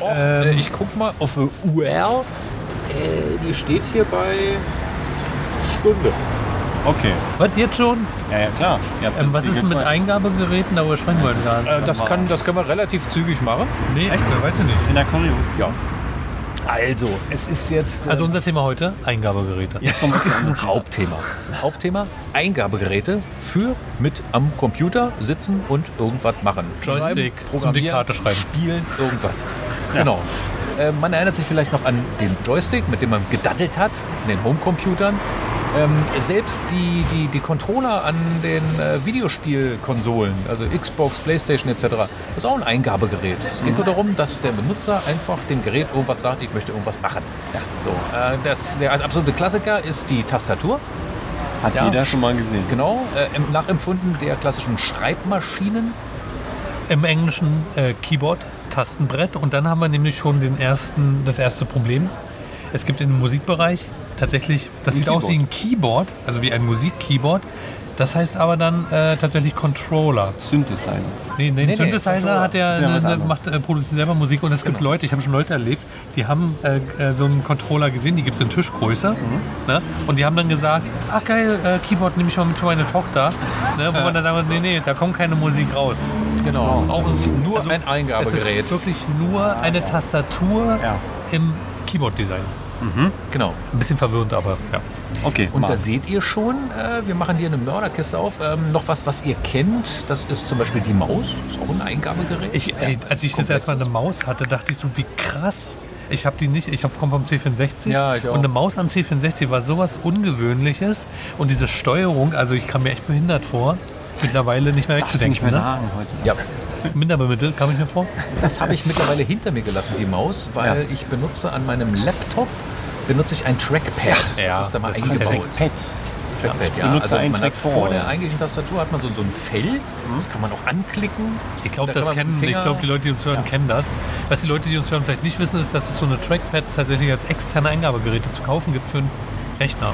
Och, Ähm, äh, ich guck mal auf die UR. Äh, die steht hier bei Stunde. Okay. Was jetzt schon? Ja, ja, klar. Ihr habt Ähm, das was Ding ist denn mit gefallen. Eingabegeräten? Darüber sprechen wir gar nicht. Äh, das, kann, das können wir relativ zügig machen. Nee, echt? Weiß ich nicht. In der Coriolis. Ja. Also, es ist jetzt Also unser Thema heute, Eingabegeräte. Jetzt kommen wir zu einem *laughs* Hauptthema. Hauptthema Eingabegeräte für mit am Computer sitzen und irgendwas machen. Joystick zum programmieren, Diktate schreiben. Spielen, irgendwas. Genau. Äh, Man erinnert sich vielleicht noch an den Joystick, mit dem man gedattelt hat, in den Homecomputern. Ähm, selbst die, die, die Controller an den äh, Videospielkonsolen, also Xbox, Playstation etc., ist auch ein Eingabegerät. Es Mhm. geht nur darum, dass der Benutzer einfach dem Gerät irgendwas sagt, ich möchte irgendwas machen. So, äh, das, der absolute Klassiker ist die Tastatur. Hat Ja. jeder schon mal gesehen. Genau, äh, im- nachempfunden der klassischen Schreibmaschinen. Im Englischen äh, Keyboard, Tastenbrett und dann haben wir nämlich schon den ersten, das erste Problem. Es gibt im Musikbereich tatsächlich, das Ein sieht aus wie ein Keyboard, also wie ein Musik-Keyboard. Das heißt aber dann äh, tatsächlich Controller. Synthesizer. Nee, den nee, Synthesizer Controller. hat ja, Ist ja was ne, anderes. macht, äh, produziert selber Musik und es gibt Leute, ich habe schon Leute erlebt, die haben äh, äh, so einen Controller gesehen, die gibt es in Tischgröße ne? und die haben dann gesagt, ach geil, äh, Keyboard nehme ich mal mit für meine Tochter, ne? wo man dann sagt, nee, nee, da kommt keine Musik raus. Genau. Auch Nur also, ein es Eingabegerät. ist wirklich nur eine Tastatur Ja. im Keyboard-Design. Genau. Ein bisschen verwirrend, aber ja. Okay, Und da Marc. seht ihr schon, äh, wir machen hier eine Mörderkiste auf. Ähm, noch was, was ihr kennt, das ist zum Beispiel die Maus. Ist auch ein Eingabegerät. Ich, ey, als ich das erstmal eine Maus hatte, dachte ich so, wie krass. Ich habe die nicht, ich hab- komme vom C64 Ja, ich auch. und eine Maus am C64 war sowas Ungewöhnliches und diese Steuerung, also ich kam mir echt behindert vor, mittlerweile nicht mehr Kannst du nicht wegzudenken. mehr Ne? sagen heute. ja, Minder bemittelt, kam ich mir vor. das habe ich mittlerweile hinter mir gelassen, die Maus, weil ich benutze an meinem Laptop benutze ich ein Trackpad. Ja, das ist da mal das ist eingebaut. perfekt. Pets. Trackpad, ja. benutze Also ein man hat Trackball. vor der eigentlichen Tastatur hat man so, so ein Feld, das kann man auch anklicken. Mhm. Ich glaube, Da das kann man kennen, mit dem ich Finger- glaube, die Leute, die uns hören, kennen das. Was die Leute, die uns hören, vielleicht nicht wissen, ist, dass es so eine Trackpads tatsächlich als externe Eingabegeräte zu kaufen gibt für einen Rechner.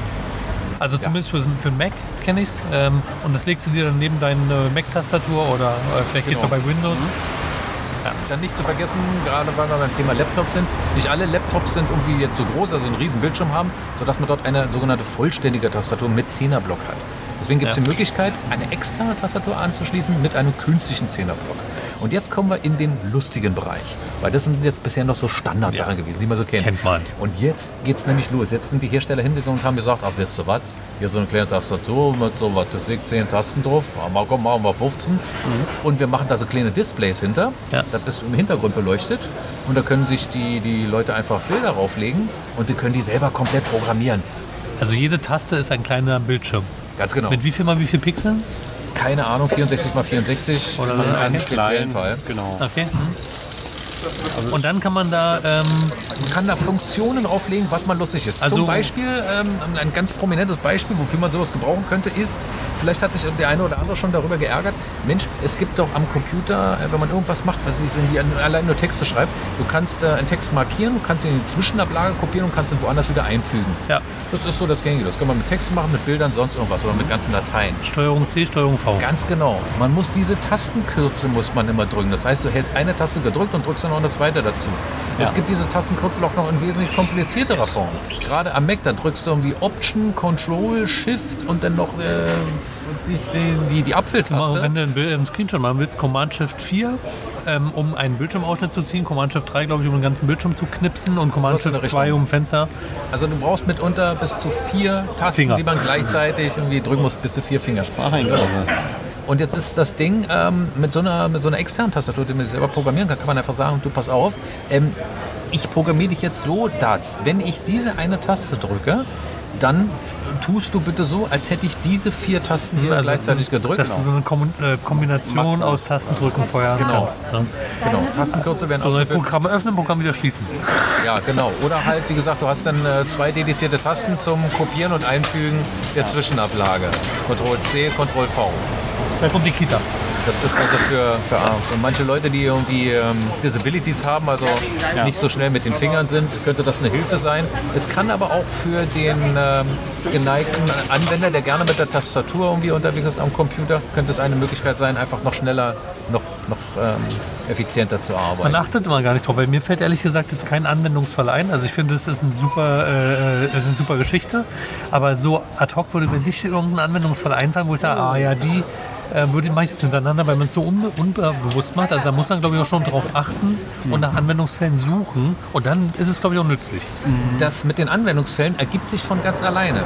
Also zumindest für, für einen Mac kenne ich es. Ähm, und das legst du dir dann neben deine Mac-Tastatur oder äh, vielleicht geht's auch Genau. bei Windows. Dann nicht zu vergessen, gerade weil wir beim Thema Laptop sind, nicht alle Laptops sind irgendwie jetzt so groß, also einen riesen Bildschirm haben, sodass man dort eine sogenannte vollständige Tastatur mit Zehnerblock hat. Deswegen gibt es Ja. die Möglichkeit, eine externe Tastatur anzuschließen mit einem künstlichen Zehnerblock. Und jetzt kommen wir in den lustigen Bereich, weil das sind jetzt bisher noch so Standardsachen gewesen, die man so kennt. Kennt man. Und jetzt geht's nämlich los. Jetzt sind die Hersteller hingegangen und haben gesagt, ah, wisst ihr was? Hier so eine kleine Tastatur mit so was, das sind 10 Tasten drauf. Ah, mal komm, machen wir 15. Und wir machen da so kleine Displays hinter. Mhm. Ja. Das ist im Hintergrund beleuchtet. Und da können sich die, die Leute einfach Bilder rauflegen und sie können die selber komplett programmieren. Also jede Taste ist ein kleiner Bildschirm. Ganz genau. Mit wie viel mal wie viel Pixeln? keine Ahnung, 64 mal 64 Oder in so einem einen speziellen Fall. Genau. Okay. Mhm. Und dann kann man da, ähm, Man kann da Funktionen drauflegen, was man lustig ist. Also- Zum Beispiel, ähm, ein ganz prominentes Beispiel, wofür man sowas gebrauchen könnte, ist, vielleicht hat sich der eine oder andere schon darüber geärgert, Mensch, es gibt doch am Computer, äh, wenn man irgendwas macht, was ich irgendwie an- allein nur Texte schreibt, du kannst äh, einen Text markieren, du kannst ihn in die Zwischenablage kopieren und kannst ihn woanders wieder einfügen. ja, Das ist so das Gängige. Das kann man mit Text machen, mit Bildern, sonst irgendwas oder mit ganzen Dateien. Steuerung C, Steuerung V. Ganz genau. Man muss diese Tastenkürze muss man immer drücken. Das heißt, du hältst eine Taste gedrückt und drückst dann noch eine zweite dazu. Es gibt diese Tastenkürzel auch noch in wesentlich komplizierterer Form. Gerade am Mac, da drückst du irgendwie Option, Control, Shift und dann noch äh, weiß ich, die, die, die Mal, wenn Apfeltaste. du einen Bild- einen Screenshot machen willst, Command Shift 4, ähm, um einen Bildschirmausschnitt zu ziehen, Command Shift 3, glaube ich, um den ganzen Bildschirm zu knipsen und Command was in der Shift 2 Richtung. um Fenster. Also du brauchst mitunter bis zu vier Tasten, Finger. die man gleichzeintig irgendwie drücken muss, bis zu vier Finger. Ach, ein Glaube. Und jetzt ist das Ding ähm, mit, so einer, mit so einer externen Tastatur, die man sich selber programmieren kann, kann man einfach sagen, du pass auf, ähm, ich programmiere dich jetzt so, dass wenn ich diese eine Taste drücke, dann f- tust du bitte so, als hätte ich diese vier Tasten hier Also gleichzeitig gedrückt. Das ist so eine Kommun- äh, Kombination aus Tastendrücken vorher. Genau. Ganz, ne? Genau, Tastenkürzel werden So ein ausgeführt. Programm öffnen, Programm wieder schließen. Ja, genau. Oder halt, wie gesagt, du hast dann äh, zwei dedizierte Tasten zum Kopieren und Einfügen der Zwischenablage. Ctrl C, Ctrl V. Da kommt die Kita. Das ist also für, für, für manche Leute, die irgendwie ähm, Disabilities haben, also nicht so schnell mit den Fingern sind, könnte das eine Hilfe sein. Es kann aber auch für den ähm, geneigten Anwender, der gerne mit der Tastatur irgendwie unterwegs ist am Computer, könnte es eine Möglichkeit sein, einfach noch schneller, noch, noch ähm, effizienter zu Man arbeiten. achtet immer gar nicht drauf, weil mir fällt ehrlich gesagt jetzt kein Anwendungsfall ein. Also ich finde, es ist ein super, äh, äh, eine super Geschichte, aber so ad hoc würde mir nicht irgendein Anwendungsfall einfallen, wo ich sage, ah ja, die äh, würde man jetzt hintereinander, weil man es so unbe unbewusst macht. Also da muss man, glaube ich, auch schon drauf achten und nach Anwendungsfällen suchen und dann ist es, glaube ich, auch nützlich. Das mit den Anwendungsfällen ergibt sich von ganz alleine.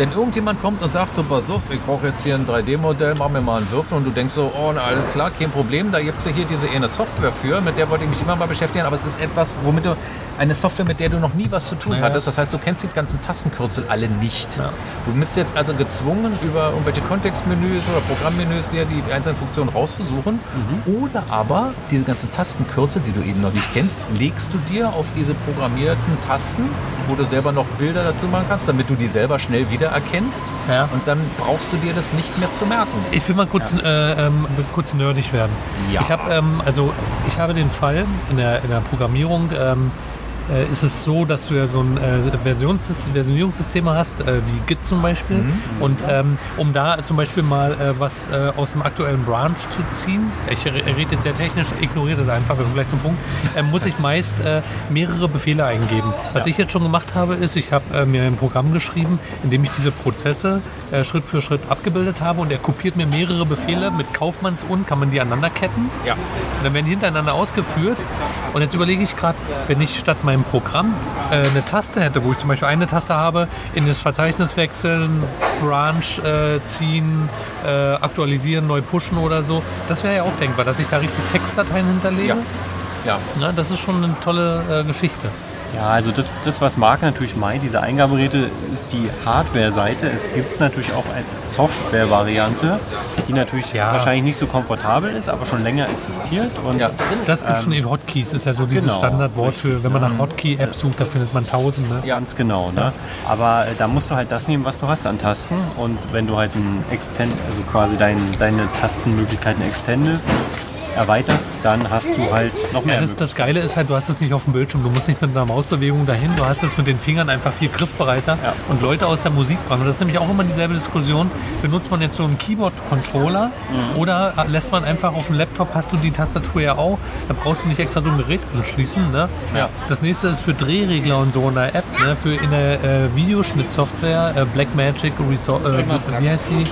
Denn irgendjemand kommt und sagt, du pass auf, ich brauche jetzt hier ein 3D-Modell, mach mir mal einen Würfel und du denkst so, oh, na, alles klar, kein Problem, da gibt es ja hier diese eine Software für, mit der wollte ich mich immer mal beschäftigen, aber es ist etwas, womit du, eine Software, mit der du noch nie was zu tun Naja. hattest, das heißt, du kennst die ganzen Tastenkürzel alle nicht. Du bist jetzt also gezwungen, über irgendwelche Kontextmenüs oder Programmmenüs hier die einzelnen Funktionen rauszusuchen oder aber diese ganzen Tastenkürzel, die du eben noch nicht kennst, legst du dir auf diese programmierten Tasten, wo du selber noch Bilder dazu machen kannst, damit du die selber schnell wiedererkennst Ja. und dann brauchst du dir das nicht mehr zu merken. Ich will mal kurz, äh, ähm, will kurz nerdig werden. Ja. Ich, hab, ähm, also, ich habe den Fall in der, in der Programmierung. Ähm, äh, ist es so, dass du ja so ein äh, Versions Versionierungssysteme hast, äh, wie Git zum Beispiel. Und ähm, um da zum Beispiel mal äh, was äh, aus dem aktuellen Branch zu ziehen, ich re- rede jetzt sehr technisch, ignoriere das einfach, wir kommen gleich zum Punkt, äh, muss ich meist äh, mehrere Befehle eingeben. Was ich jetzt schon gemacht habe, ist, ich habe äh, mir ein Programm geschrieben, in dem ich diese Prozesse äh, Schritt für Schritt abgebildet habe und er kopiert mir mehrere Befehle mit Kaufmanns und, kann man die aneinanderketten. Ja. Und dann werden die hintereinander ausgeführt. Und jetzt überlege ich gerade, wenn ich statt meinem Programm äh, eine Taste hätte, wo ich zum Beispiel eine Taste habe, in das Verzeichnis wechseln, Branch äh, ziehen, äh, aktualisieren, neu pushen oder so. Das wäre ja auch denkbar, dass ich da richtig Textdateien hinterlege. Ja. Ja. Na, das ist schon eine tolle äh, Geschichte. Ja, also das, das, was Marc natürlich meint, diese Eingaberäte, ist die Hardware-Seite. Es gibt es natürlich auch als Software-Variante, die natürlich Ja. wahrscheinlich nicht so komfortabel ist, aber schon länger existiert. Und Ja. Das gibt schon eben Hotkeys, ist ja so dieses genau. Standardwort für, wenn man nach Hotkey-App sucht, da findet man tausende. Ganz genau. Ne? Aber äh, da musst du halt das nehmen, was du hast an Tasten. Und wenn du halt ein Extend, also quasi dein, deine Tastenmöglichkeiten extendest, erweiterst, dann hast du halt noch mehr. Ja, das, das Geile ist halt, du hast es nicht auf dem Bildschirm, du musst nicht mit einer Mausbewegung dahin, du hast es mit den Fingern einfach viel griffbereiter. Ja. Und Leute aus der Musikbranche, das ist nämlich auch immer dieselbe Diskussion, benutzt man jetzt so einen Keyboard-Controller oder lässt man einfach auf dem Laptop, hast du die Tastatur ja auch, da brauchst du nicht extra so ein Gerät anschließen. Ne? Ja. Das nächste ist für Drehregler und so in der App, ne? für in der äh, Videoschnittsoftware, äh, Blackmagic, Resol äh, wie heißt die?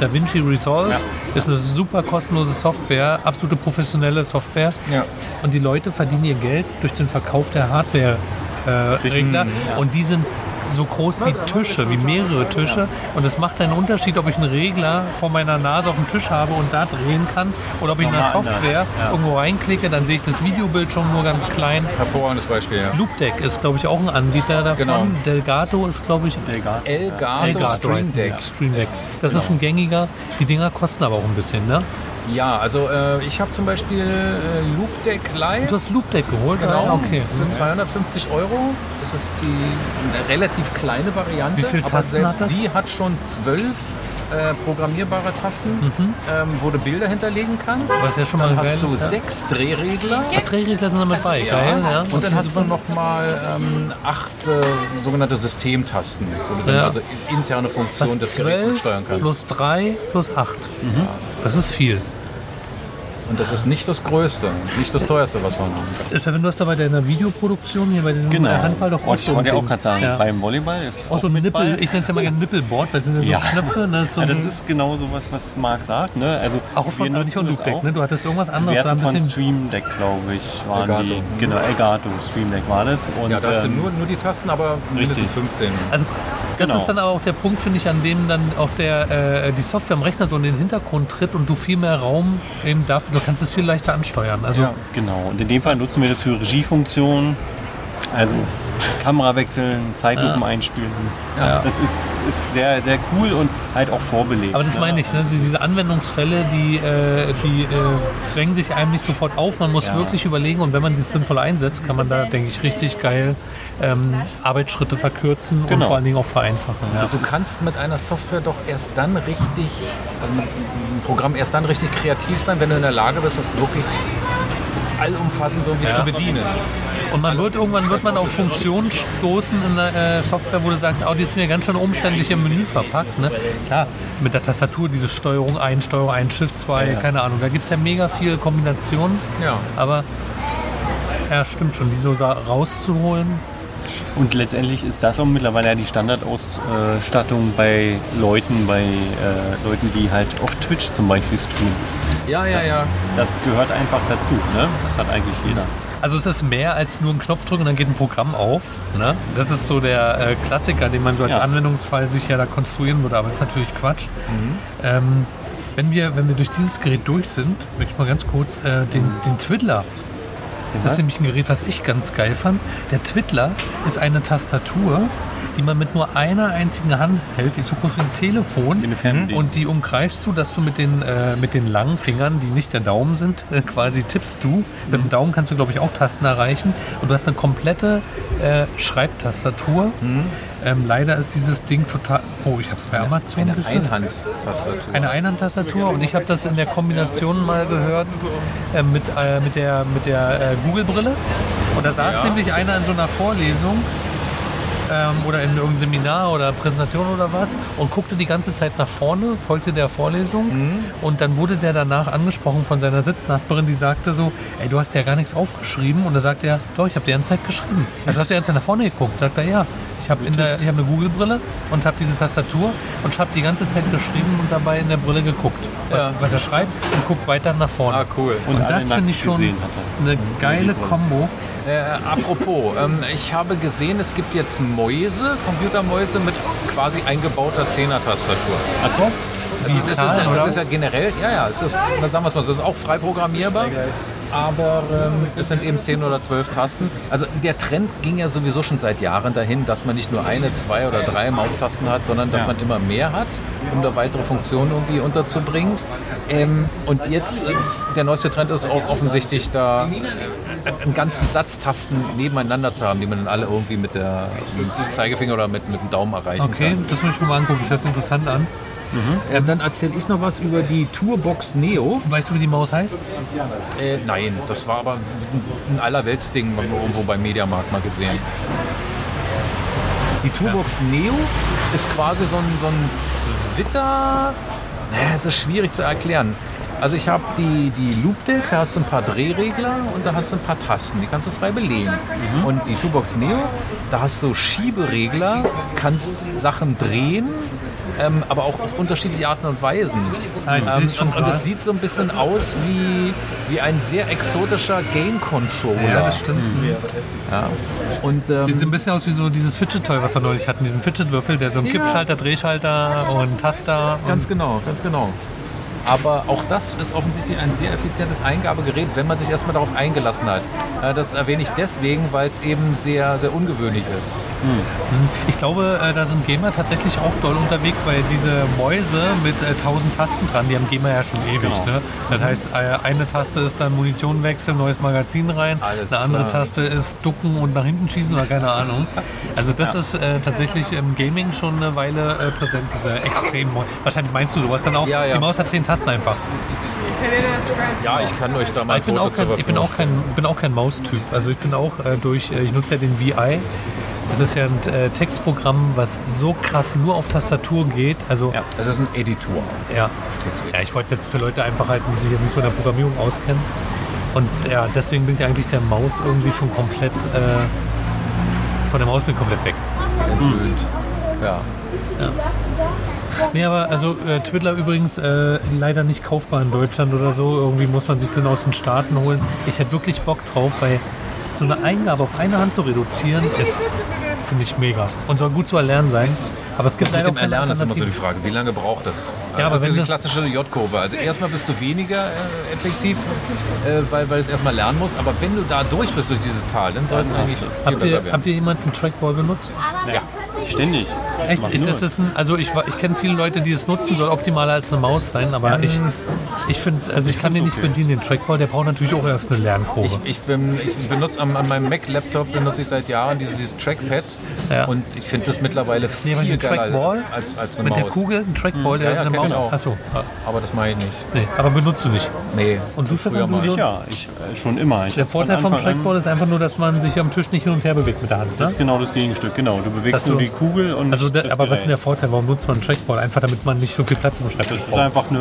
Da Vinci Resolve ist eine super kostenlose Software, absolute professionelle Software. Ja. Und die Leute verdienen ihr Geld durch den Verkauf der Hardware-Regler. Äh, Regler. Und die sind so groß wie Tische, wie mehrere Tische. Und es macht einen Unterschied, ob ich einen Regler vor meiner Nase auf dem Tisch habe und da drehen kann oder ob ich in der nochmal anders, Software irgendwo reinklicke, dann sehe ich das Videobild schon nur ganz klein. Hervorragendes Beispiel, ja. Loopdeck ist, glaube ich, auch ein Anbieter davon. Genau. Delgato ist, glaube ich, Egal. Elgato Elgato Stream heißen die, Deck. ja, Stream Deck. Das ist ein gängiger. Die Dinger kosten aber auch ein bisschen, ne? Ja, also äh, ich habe zum Beispiel äh, Loop Deck Live. Du hast Loop Deck geholt? Ah, Okay. Genau. Für 250 Euro ist es die eine relativ kleine Variante. Wie viele aber Tasten hat selbst das? die hat schon zwölf äh, programmierbare Tasten, ähm, wo du Bilder hinterlegen kannst. Mhm. Was ja schon mal Dann geil. hast du ja. sechs Drehregler. Ah, Drehregler sind damit bei. Geil, ja. Und dann Okay, hast du super. nochmal ähm, acht äh, sogenannte Systemtasten, wo du dann Ja. also interne Funktionen was des Geräts 12 mitsteuern kannst. plus 3 plus 8. Das ist viel. Und das ist nicht das Größte, nicht das Teuerste, was man haben kann. Stefan, du hast da bei deiner Videoproduktion hier bei diesem Genau. Handball doch auch ich so ein wollte ja auch Ding. gerade sagen, Ja. beim Volleyball ist Auch so ein mit Nippel, Ball. ich nenne es ja mal gerne Nippelboard, weil es sind ja so Ja. Knöpfe. und Das ist, so Ja, das ein- ist genau sowas, was Marc sagt. Ne? Also auch von, nicht von das Loop Deck, auch. ne? Du hattest irgendwas anderes, Wir da ein hatten von bisschen Stream Deck, glaube ich, waren Elgato. die. Genau, Elgato, Stream Deck war das. Und, Ja, das sind ähm, nur, nur die Tasten, aber mindestens Richtig. 15. Also das Genau. ist dann aber auch der Punkt, finde ich, an dem dann auch der, äh, die Software am Rechner so in den Hintergrund tritt und du viel mehr Raum eben dafür, du kannst es viel leichter ansteuern. Also Ja. Genau, und in dem Fall nutzen wir das für Regiefunktionen, also Kamera wechseln, Zeitlupen einspielen. Ja. Das ist, ist sehr, sehr cool und halt auch vorbelegt. Aber das ne? meine ich, ne? diese Anwendungsfälle, die, äh, die äh, zwängen sich einem nicht sofort auf. Man muss Ja. wirklich überlegen und wenn man das sinnvoll einsetzt, kann man da, denke ich, richtig geil ähm, Arbeitsschritte verkürzen und Genau. vor allen Dingen auch vereinfachen. Ja. Du kannst mit einer Software doch erst dann richtig, also mit einem Programm erst dann richtig kreativ sein, wenn du in der Lage bist, das wirklich allumfassend irgendwie zu bedienen. Und man wird irgendwann wird man auf Funktionen stoßen in der äh, Software, wo du sagst, oh, die ist mir ganz schön umständlich im Menü verpackt. Ne? Klar, mit der Tastatur diese Steuerung 1, Steuerung 1, Shift 2, keine Ahnung. Da gibt es ja mega viele Kombinationen. Ja. Aber ja, stimmt schon, die so da rauszuholen. Und letztendlich ist das auch mittlerweile ja die Standardausstattung bei Leuten, bei äh, Leuten, die halt auf Twitch zum Beispiel streamen. Ja, ja, Das, das gehört einfach dazu. Ne? Das hat eigentlich jeder. Also es ist mehr als nur einen Knopf drücken und dann geht ein Programm auf. Ne? Das ist so der äh, Klassiker, den man so als Ja. Anwendungsfall sich ja da konstruieren würde, aber das ist natürlich Quatsch. Ähm, wenn wir, wenn wir durch dieses Gerät durch sind, möchte ich mal ganz kurz äh, den, den Twiddler. Das ist nämlich ein Gerät, was ich ganz geil fand. Der Twiddler ist eine Tastatur, die man mit nur einer einzigen Hand hält. Die ist so groß wie ein Telefon. Wie eine Fernbedienung. Und die umgreifst du, dass du mit den, äh, mit den langen Fingern, die nicht der Daumen sind, *laughs* äh, quasi tippst du. Mit dem Daumen kannst du, glaube ich, auch Tasten erreichen. Und du hast eine komplette äh, Schreibtastatur. Ähm, leider ist dieses Ding total... Oh, ich habe es bei Amazon Eine gesehen. Einhandtastatur. Eine Einhandtastatur und ich habe das in der Kombination mal gehört äh, mit, äh, mit der, mit der äh, Google-Brille. Und da saß nämlich einer in so einer Vorlesung ähm, oder in irgendeinem Seminar oder Präsentation oder was und guckte die ganze Zeit nach vorne, folgte der Vorlesung Mhm. und dann wurde der danach angesprochen von seiner Sitznachbarin, die sagte so, ey, du hast ja gar nichts aufgeschrieben und da sagt er, doch, ich habe die ganze Zeit geschrieben. Ja, du hast ja die ganze Zeit nach vorne geguckt. Sagt er, ja, ich habe hab eine Google-Brille und habe diese Tastatur und habe die ganze Zeit geschrieben und dabei in der Brille geguckt, was, Ja. was er schreibt und guckt weiter nach vorne. Ah, cool. Und, alle das finde nackt ich schon gesehen hat eine geile Brille. Kombo. Äh, apropos, ähm, ich habe gesehen, es gibt jetzt Mäuse, Computermäuse mit quasi eingebauter Zehner-Tastatur. er. Achso, Also Die das, Zahlen, ist, ja- das oder? ist ja generell, ja, ja, es ist, na, sagen wir es mal so, es ist auch frei programmierbar, aber ähm, es sind eben 10 oder 12 Tasten. Also der Trend ging ja sowieso schon seit Jahren dahin, dass man nicht nur eine, zwei oder drei Maustasten hat, sondern dass man immer mehr hat, um da weitere Funktionen irgendwie unterzubringen. Ähm, und jetzt, äh, der neueste Trend ist auch offensichtlich da äh, einen ganzen Satz Tasten nebeneinander zu haben, die man dann alle irgendwie mit der mit dem Zeigefinger oder mit, mit dem Daumen erreichen Okay, kann. das muss ich mir mal angucken, das hört sich interessant an. Ähm, dann erzähle ich noch was über die Tourbox Neo. Weißt du, wie die Maus heißt? Äh, nein, das war aber ein Allerweltsding mal irgendwo beim Mediamarkt mal gesehen. Die Toolbox Neo ist quasi so ein, so ein Zwitter. Naja, es ist schwierig zu erklären. Also ich habe die, die Loop Deck, da hast du ein paar Drehregler und da hast du ein paar Tasten, die kannst du frei belegen. Mhm. Und die Toolbox Neo, da hast du Schieberegler, kannst Sachen drehen, ähm, aber auch auf unterschiedliche Arten und Weisen. Ah, ich Ähm, seh's schon und, und grad. das sieht so ein bisschen aus wie, wie ein sehr exotischer Game-Controller. Ja, das stimmt. und, ähm, Sieht so ein bisschen aus wie so dieses Fidget-Toy, was wir neulich hatten. Diesen Fidget-Würfel, der so einen Ja. Kippschalter, Drehschalter und Taster. Ganz genau, ganz genau. Aber auch das ist offensichtlich ein sehr effizientes Eingabegerät, wenn man sich erstmal darauf eingelassen hat. Äh, Das erwähne ich deswegen, weil es eben sehr, sehr ungewöhnlich ist. Ich glaube, äh, da sind Gamer tatsächlich auch doll unterwegs, weil diese Mäuse mit äh, 1000 Tasten dran, die haben Gamer ja schon ewig. Genau. Ne? Mhm. Das heißt, äh, eine Taste ist dann Munition wechseln, neues Magazin rein, Alles eine andere klar. Taste ist ducken und nach hinten schießen oder keine Ahnung. Also das ist äh, tatsächlich im Gaming schon eine Weile äh, präsent, diese extrem Mäuse. Wahrscheinlich meinst du sowas dann auch. Ja, ja. Die Maus hat 10 Tasten einfach. Ja, ich kann euch da mal Ich bin, auch kein, ich bin auch kein, bin auch kein Maustyp. Also ich bin auch äh, durch, äh, ich nutze ja den VI. Das ist ja ein äh, Textprogramm, was so krass nur auf Tastatur geht. Also ja. Das ist ein Editor. Ja, ich wollte es jetzt für Leute einfach halten, die sich jetzt nicht so in der Programmierung auskennen. Und ja, deswegen bin ich eigentlich der Maus irgendwie schon komplett äh, von der Maus bin ich komplett weg. Entwöhnt. Ja. Nee, aber also äh, Twiddler übrigens äh, leider nicht kaufbar in Deutschland oder so. Irgendwie muss man sich den aus den Staaten holen. Ich hätte wirklich Bock drauf, weil so eine Eingabe auf eine Hand zu reduzieren ist, finde ich mega. Und soll gut zu erlernen sein. Aber es gibt leider Also Mit auch dem keine Erlernen ist immer so die Alternative. Frage, wie lange braucht das? Also Ja, aber das ist wenn die du- klassische J-Kurve. Also erstmal bist du weniger äh, effektiv, äh, weil, weil du es erstmal lernen musst. Aber wenn du da durch bist durch dieses Tal, dann sollte es eigentlich viel Habt besser ihr, werden. habt ihr jemals einen Trackball benutzt? Ständig. Echt? Mach Ich, nur. das ist ein, also ich, wa- ich kenne viele Leute, die es nutzen, soll optimaler als eine Maus sein, aber ich, ich finde, also ich kann den nicht okay. bedienen, den Trackball, der braucht natürlich auch erst eine Lernkurve. Ich, ich, bin, ich benutze an, an meinem Mac-Laptop benutze ich seit Jahren dieses, dieses Trackpad Ja. und ich finde das mittlerweile viel aber den geiler Trackball als, als, als eine Mit der Maus. Kugel, ein Trackball, Ja, der ja, eine kenn Maus. ich auch. Achso, ah, Aber das mache ich nicht. nee, aber benutzt du nicht. Nee. Und du früher Stefan, du- mal. du- Ja, ich, äh, schon immer. Ich Der hab von Vorteil vom Anfang an- Trackball ist einfach nur, dass man sich am Tisch nicht hin und her bewegt mit der Hand. Das Ne? ist genau das Gegenstück, genau. Du bewegst Dass nur du- die Kugel und Also, da, das aber was ist denn der Gerät. Vorteil? Warum nutzt man einen Trackball? Einfach damit man nicht so viel Platz am Schreibtisch Das ist braucht. einfach eine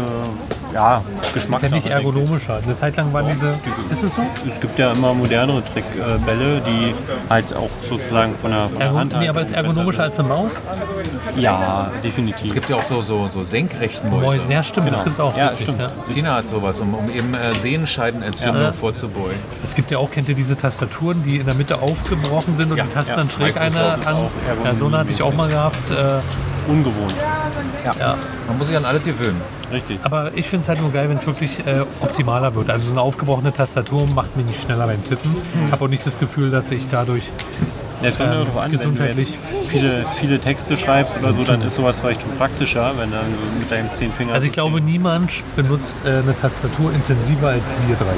ja, Ist ja Geschmackssache. nicht denke ich. ergonomischer. Eine Zeit lang waren diese. Ist es so? Es gibt ja immer modernere Trickbälle, die halt auch sozusagen von der, von der Ergo Hand. halt nee, aber ist ergonomischer als eine Maus? Ja, definitiv. Es gibt ja auch so, so, so senkrechten Mäuse. Mäuse. Ja, stimmt, Genau. das gibt es auch. Ja, wirklich, stimmt. ja. Tina hat sowas, um, um eben äh, Sehenscheidenentzündung Ja. vorzubeugen. Es gibt ja auch, kennt ihr diese Tastaturen, die in der Mitte aufgebrochen sind und die Tasten dann schräg einer Microsoft ist an. auch Ja, so eine hatte ich auch mal gehabt. Äh, Ungewohnt. Man muss sich an alles gewöhnen. Richtig. aber ich finde es halt nur geil, wenn es wirklich äh, optimaler wird. Also so eine aufgebrochene Tastatur macht mich nicht schneller beim Tippen. Hm. Ich habe auch nicht das Gefühl, dass ich dadurch. Ja, Es kommt Ähm, ja darauf an, wenn du jetzt gesundheitlich. viele, viele Texte schreibst oder so, dann ist sowas vielleicht schon praktischer, wenn dann du mit deinem Zehnfinger. Also ich glaube, niemand benutzt äh, eine Tastatur intensiver als wir drei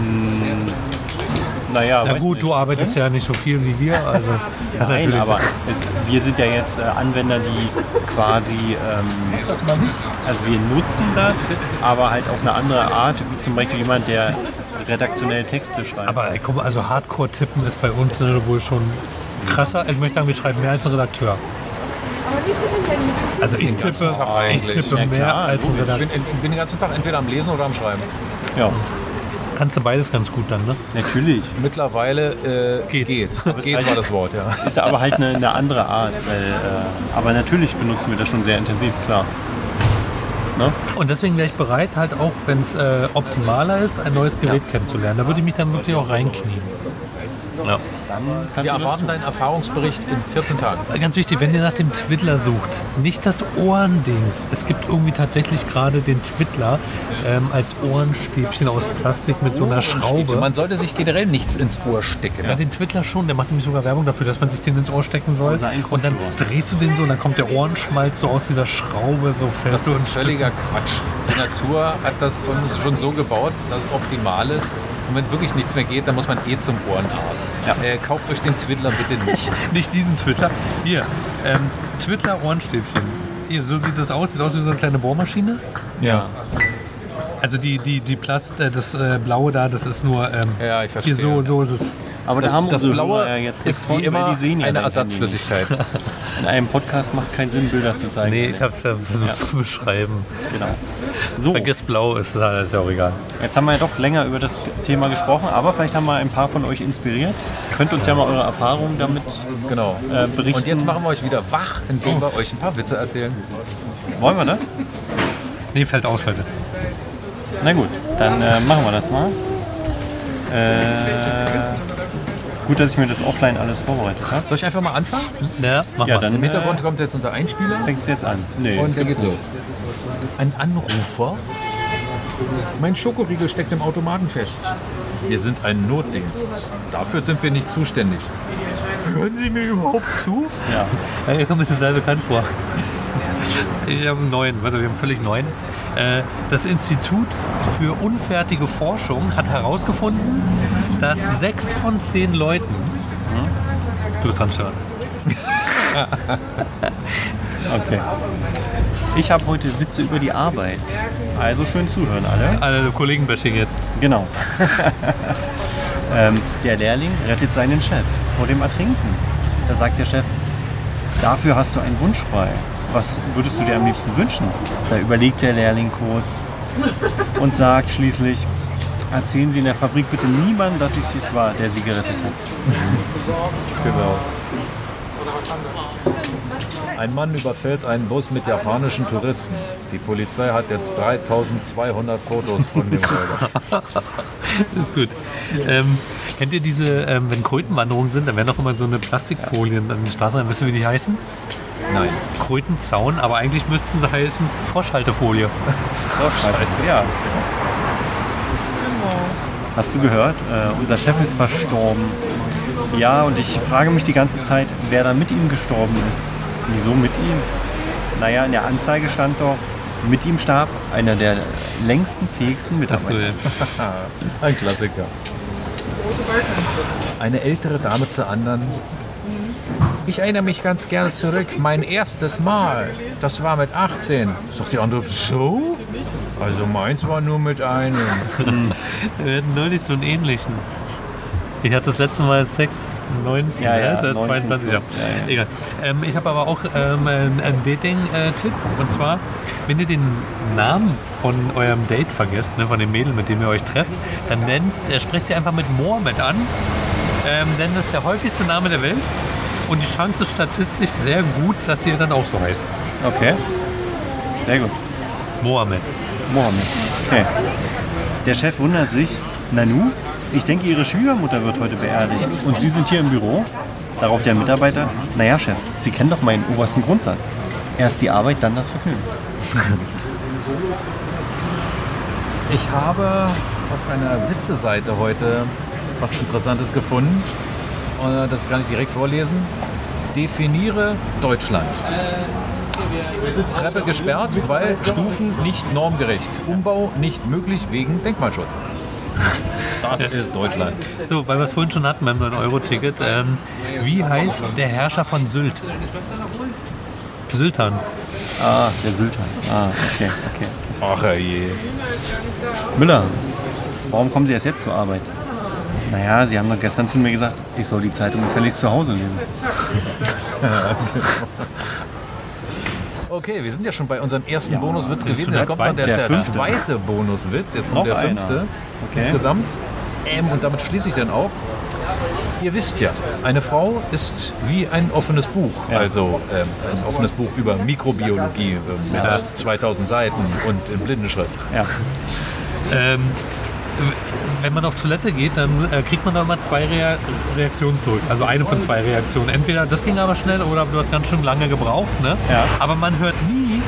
hier. naja, Na weiß gut, nicht. du arbeitest ja nicht so viel wie wir. Also *laughs* das Nein, natürlich- aber es, wir sind ja jetzt äh, Anwender, die quasi, ähm, also wir nutzen das, aber halt auf eine andere Art, wie zum Beispiel jemand, der redaktionell Texte schreibt. Aber ey, komm, also Hardcore-Tippen ist bei uns ne, wohl schon krasser. Also ich möchte sagen, wir schreiben mehr als ein Redakteur. Also ich tippe, ganzen Tag ich eigentlich. tippe Ja, mehr klar, als ein Ich Redakteur. bin, ich bin den ganzen Tag entweder am Lesen oder am Schreiben. ja, Kannst du beides ganz gut dann, ne? natürlich. Mittlerweile äh, Geht's. geht's. Geht's. war das Wort, ja. Ist aber halt eine, eine andere Art, weil, äh, aber natürlich benutzen wir das schon sehr intensiv, klar. Und deswegen wäre ich bereit, halt auch, wenn es äh, optimaler ist, ein neues Gerät kennenzulernen. Da würde ich mich dann wirklich auch reinknien. Dann kannst Wir du das erwarten deinen Erfahrungsbericht in 14 Tagen. Ganz wichtig, wenn ihr nach dem Twiddler sucht, nicht das Ohrendings. Es gibt irgendwie tatsächlich gerade den Twiddler ähm, als Ohrenstäbchen aus Plastik mit Oh, so einer Schraube. Man sollte sich generell nichts ins Ohr stecken. Ja, den Twiddler schon, der macht nämlich sogar Werbung dafür, dass man sich den ins Ohr stecken soll. Außer ein Kopfhörer. Und dann drehst du den so und dann kommt der Ohrenschmalz so aus dieser Schraube, so fällst Das du in ist Stück. völliger Quatsch. Die Natur hat das von uns schon so gebaut, dass es optimal ist. Und wenn wirklich nichts mehr geht, dann muss man eh zum Ohrenarzt. Ja. Äh, kauft euch den Twiddler bitte nicht. Nicht diesen Twiddler. Hier, ähm, Twiddler Ohrenstäbchen. Hier, so sieht das aus. Sieht aus wie so eine kleine Bohrmaschine. Ja. Also die, die, die Plast, äh, das äh, Blaue da, das ist nur ähm, Ja, ich verstehe. hier so, so ist es. Aber Das, da haben das unsere Blaue Hörer ja jetzt nichts ist wie von, weil immer die sehen ja eine dein Handy Ersatzflüssigkeit. *laughs* nicht. In einem Podcast macht es keinen Sinn, Bilder zu zeigen. Nee, ich habe es ja versucht zu beschreiben. genau. So, Vergiss blau, ist, das ist ja auch egal. jetzt haben wir ja doch länger über das Thema gesprochen, aber vielleicht haben wir ein paar von euch inspiriert. Könnt uns ja mal eure Erfahrungen damit Genau. äh, berichten. Und jetzt machen wir euch wieder wach, indem wir euch ein paar Witze erzählen. Wollen wir das? Nee, fällt aus heute. Na gut, dann äh, machen wir das mal. Äh, Gut, dass ich mir das offline alles vorbereitet habe. Soll ich einfach mal anfangen? Ja, mach Ja, mal. dann Im Hintergrund äh, kommt jetzt unser Einspieler fängst du jetzt an. Nee. und genau. dann geht's los. Ein Anrufer. Mein Schokoriegel steckt im Automaten fest. Wir sind ein Notdienst. Dafür sind wir nicht zuständig. Hören Sie mir überhaupt zu? ja. Ja, Ihr kommt mir total bekannt vor. Ich habe einen neuen, also wir haben völlig neuen. Äh, Das Institut für unfertige Forschung hat herausgefunden, dass sechs von zehn Leuten. Du bist dran, Stefan. Okay. Ich habe heute Witze über die Arbeit. Also schön zuhören alle. Alle Kollegenbashing jetzt. Genau. *laughs* ähm, der Lehrling rettet seinen Chef vor dem Ertrinken. Da sagt der Chef, dafür hast du einen Wunsch frei. Was würdest du dir am liebsten wünschen? Da überlegt der Lehrling kurz und sagt schließlich, erzählen Sie in der Fabrik bitte niemandem, dass ich es war, der Sie gerettet hat. Genau. Ein Mann überfällt einen Bus mit japanischen Touristen. Die Polizei hat jetzt 3200 Fotos von dem Räuber. Das ist gut. Ähm, kennt ihr diese, ähm, wenn Krötenwanderungen sind, dann werden auch immer so eine Plastikfolien an den Straßen. Wisst ihr, wie die heißen? Nein. Krötenzaun, aber eigentlich müssten sie heißen Äh, Froschhaltefolie. Ja. das- Hast du gehört? Äh, unser Chef ist verstorben. Ja, und ich frage mich die ganze Zeit, wer da mit ihm gestorben ist. Wieso mit ihm? Naja, in der Anzeige stand doch, mit ihm starb einer der längsten, fähigsten So, Mitarbeiter. ja. *laughs* Ein Klassiker. Eine ältere Dame zur anderen. Ich erinnere mich ganz gerne zurück. Mein erstes Mal. Das war mit 18. Sagt die andere, so? Also meins war nur mit einem. Wir hatten neulich so einen ähnlichen. Ich hatte das letzte Mal Sex 19, Ja, ja, ja, ja, 19 22, ne? ja. plus, ja, ja. Egal. Ähm, ich habe aber auch ähm, einen einen Dating-Tipp. Und zwar, wenn ihr den Namen von eurem Date vergesst, ne, von dem Mädel, mit dem ihr euch trefft, dann nennt, äh, sprecht sie einfach mit Mohammed an. Ähm, denn das ist der häufigste Name der Welt. Und die Chance ist statistisch sehr gut, dass ihr dann auch so heißt. Okay. Sehr gut. Mohammed. Mohammed. Okay. Der Chef wundert sich. Nanu, ich denke, Ihre Schwiegermutter wird heute beerdigt. Und Sie sind hier im Büro? Darauf der Mitarbeiter. Naja, Chef, Sie kennen doch meinen obersten Grundsatz. Erst die Arbeit, dann das Vergnügen. Ich habe auf einer Witze-Seite heute was Interessantes gefunden. Äh, Das kann ich direkt vorlesen. Definiere Deutschland. Treppe gesperrt, weil Stufen nicht normgerecht. Umbau nicht möglich wegen Denkmalschutz. Das ist Deutschland. So, weil wir es vorhin schon hatten beim 9-Euro-Ticket. Ähm, wie heißt der Herrscher von Sylt? Syltan. Ah, der Sultan. Ah, okay, okay. Ach je. Müller, warum kommen Sie erst jetzt zur Arbeit? Naja, Sie haben doch gestern zu mir gesagt, ich soll die Zeitung gefälligst zu Hause lesen. Okay, wir sind ja schon bei unserem ersten Bonuswitz ist gewesen. schon Jetzt der kommt noch zweite- der, der der, fünfte. zweite Bonuswitz. Jetzt kommt Noch der einer. fünfte. Okay. insgesamt. Ähm, und damit schließe ich dann auch. Ihr wisst ja, eine Frau ist wie ein offenes Buch. Also ähm, ein offenes Buch über Mikrobiologie äh, mit 2000 Seiten und in Blindenschrift. Ja, Ähm, w- wenn man auf Toilette geht, dann äh, kriegt man da immer zwei Rea Reaktionen zurück. Also eine von zwei Reaktionen. Entweder das ging aber schnell oder du hast ganz schön lange gebraucht. Ne? Ja. Aber man hört nie,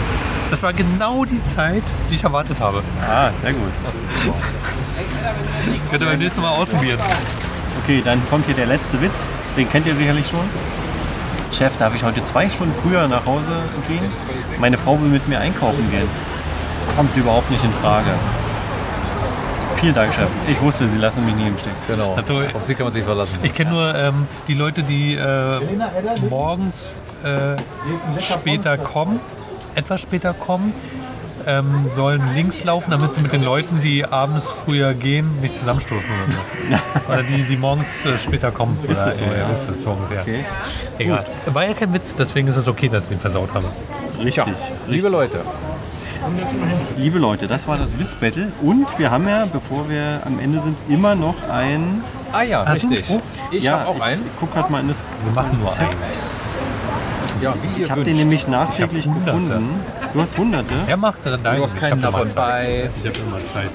das war genau die Zeit, die ich erwartet habe. ah, sehr gut. Könnt ihr beim nächsten Mal ausprobieren. Okay, dann kommt hier der letzte Witz. Den kennt ihr sicherlich schon. Chef, darf ich heute zwei Stunden früher nach Hause gehen? Meine Frau will mit mir einkaufen gehen. Kommt überhaupt nicht in Frage. Vielen Dank, Chef. Ich wusste, Sie lassen mich nie im Stich. Genau. Also, Auf sie kann man sich verlassen. Ich kenne nur ähm, die Leute, die äh, morgens äh, später kommen, etwas später kommen, ähm, sollen links laufen, damit sie mit den Leuten, die abends früher gehen, nicht zusammenstoßen oder *laughs* so. Oder die, die morgens äh, später kommen. Ist das so, ja? Ist das so ungefähr. Egal. War ja kein Witz, deswegen ist es okay, dass ich ihn versaut habe. Richtig. Liebe Leute, Liebe Leute, das war das Witzbattle. Und wir haben ja, bevor wir am Ende sind, immer noch ein... ah ja, Hast du einen richtig. Spruch? Ich ja, habe auch einen. Ich guck gerade mal in das... Wir machen nur einen. Ja, wie ihr Ich habe den wünscht. nämlich nachträglich Hunderte. gefunden. Du hast Hunderte? Er macht dann Du hast keinen davon bei. Ich habe immer Zeit.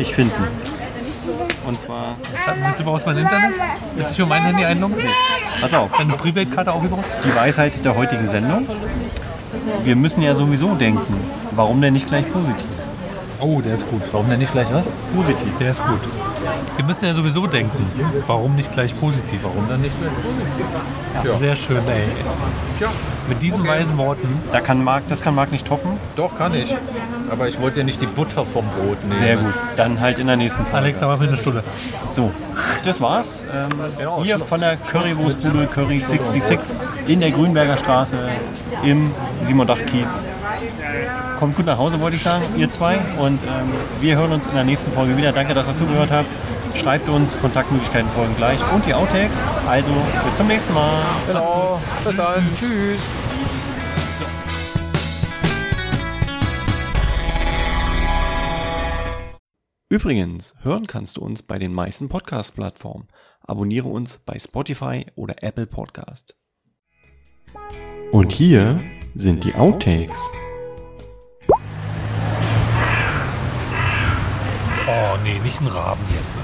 Ich finde. ihn. Und zwar, Kannst du mal aus meinem Internet? Willst du für mein Handy einloggen? pass auf, Deine Privatkarte aufgebraucht? die Weisheit der heutigen Sendung. Wir müssen ja sowieso denken. Warum denn nicht gleich positiv? Oh, der ist gut. Warum denn nicht gleich was? Positiv. Der ist gut. Wir müssen ja sowieso denken. Warum nicht gleich positiv? Warum dann nicht gleich positiv? Ja, sehr schön, ey. Tja, Mit diesen weisen Worten. Da kann Marc, das kann Marc nicht toppen. doch kann ich. Aber ich wollte ja nicht die Butter vom Brot nehmen. Sehr gut. Dann halt in der nächsten Folge. Alex, aber für eine Stunde. So, das war's. Ähm, Genau. hier von der Currywurstbude Curry 66 in der Grünberger Straße im Simondach-Kiez. Kommt gut nach Hause, wollte ich sagen, ihr zwei. Und ähm, wir hören uns in der nächsten Folge wieder. Danke, dass ihr zugehört habt. Schreibt uns, Kontaktmöglichkeiten folgen gleich und die Outtakes. Also bis zum nächsten Mal. Genau. Bis dann. Tschüss. Übrigens, hören kannst du uns bei den meisten Podcast-Plattformen. Abonniere uns bei Spotify oder Apple Podcast. Und hier sind die Outtakes. Oh, nee, nicht ein Raben jetzt.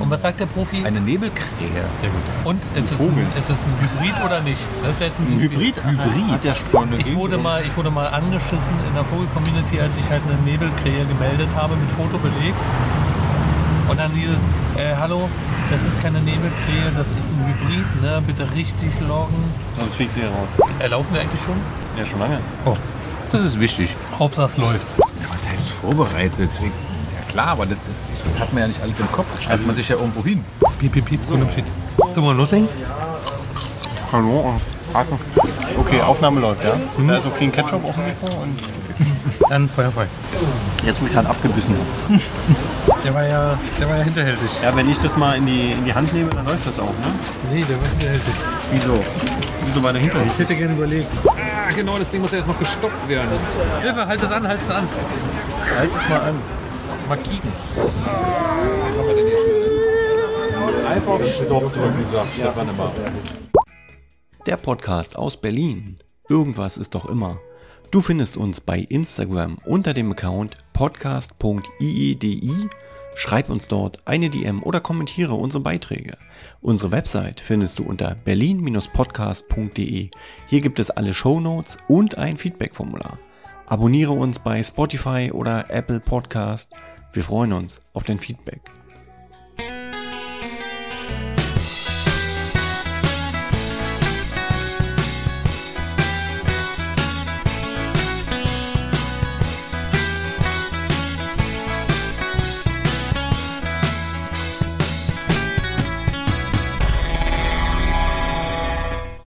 Und was sagt der Profi? Eine Nebelkrähe. Sehr gut. Und ist es, ein, ist es ein Hybrid oder nicht? Das wäre jetzt ein bisschen schwierig. Hybrid. Der Sprone Ich wurde, mal, ich wurde mal angeschissen in der Vogel-Community, als ich halt eine Nebelkrähe gemeldet habe mit Fotobeleg. Und dann dieses, äh, hallo, das ist keine Nebelkrähe, das ist ein Hybrid, ne? Bitte richtig loggen. Sonst fliegst du hier raus. Äh, laufen wir eigentlich schon? Ja, schon lange. Das ist wichtig. Hauptsache es läuft. Ja, was heißt vorbereitet? Ja klar, aber das, das hat man ja nicht alles im Kopf. Das also man sich ja irgendwo hin. Piep, piep, piep. So. Sollen wir loslegen? Hallo. Haken. Okay, Aufnahme läuft, ja? Da ist okay ein Ketchup auf dem Mikro und Dann Feuer frei. jetzt mich gerade abgebissen. Der war ja, der war ja hinterhältig. Ja, wenn ich das mal in die, in die Hand nehme, dann läuft das auch, ne? Nee, der war hinterhältig. Wieso? Wieso war der hinter Ich hätte gerne überlegt. Ah, genau, das Ding muss ja jetzt noch gestoppt werden. Hilfe, halt es an, halt es an. Halt es mal an. Mal kicken. Der Podcast aus Berlin. Irgendwas ist doch immer. Du findest uns bei Instagram unter dem Account podcast.iedi. Schreib uns dort eine DM oder kommentiere unsere Beiträge. Unsere Website findest du unter berlin-podcast.de. Hier gibt es alle Shownotes und ein Feedbackformular. Abonniere uns bei Spotify oder Apple Podcast. Wir freuen uns auf dein Feedback.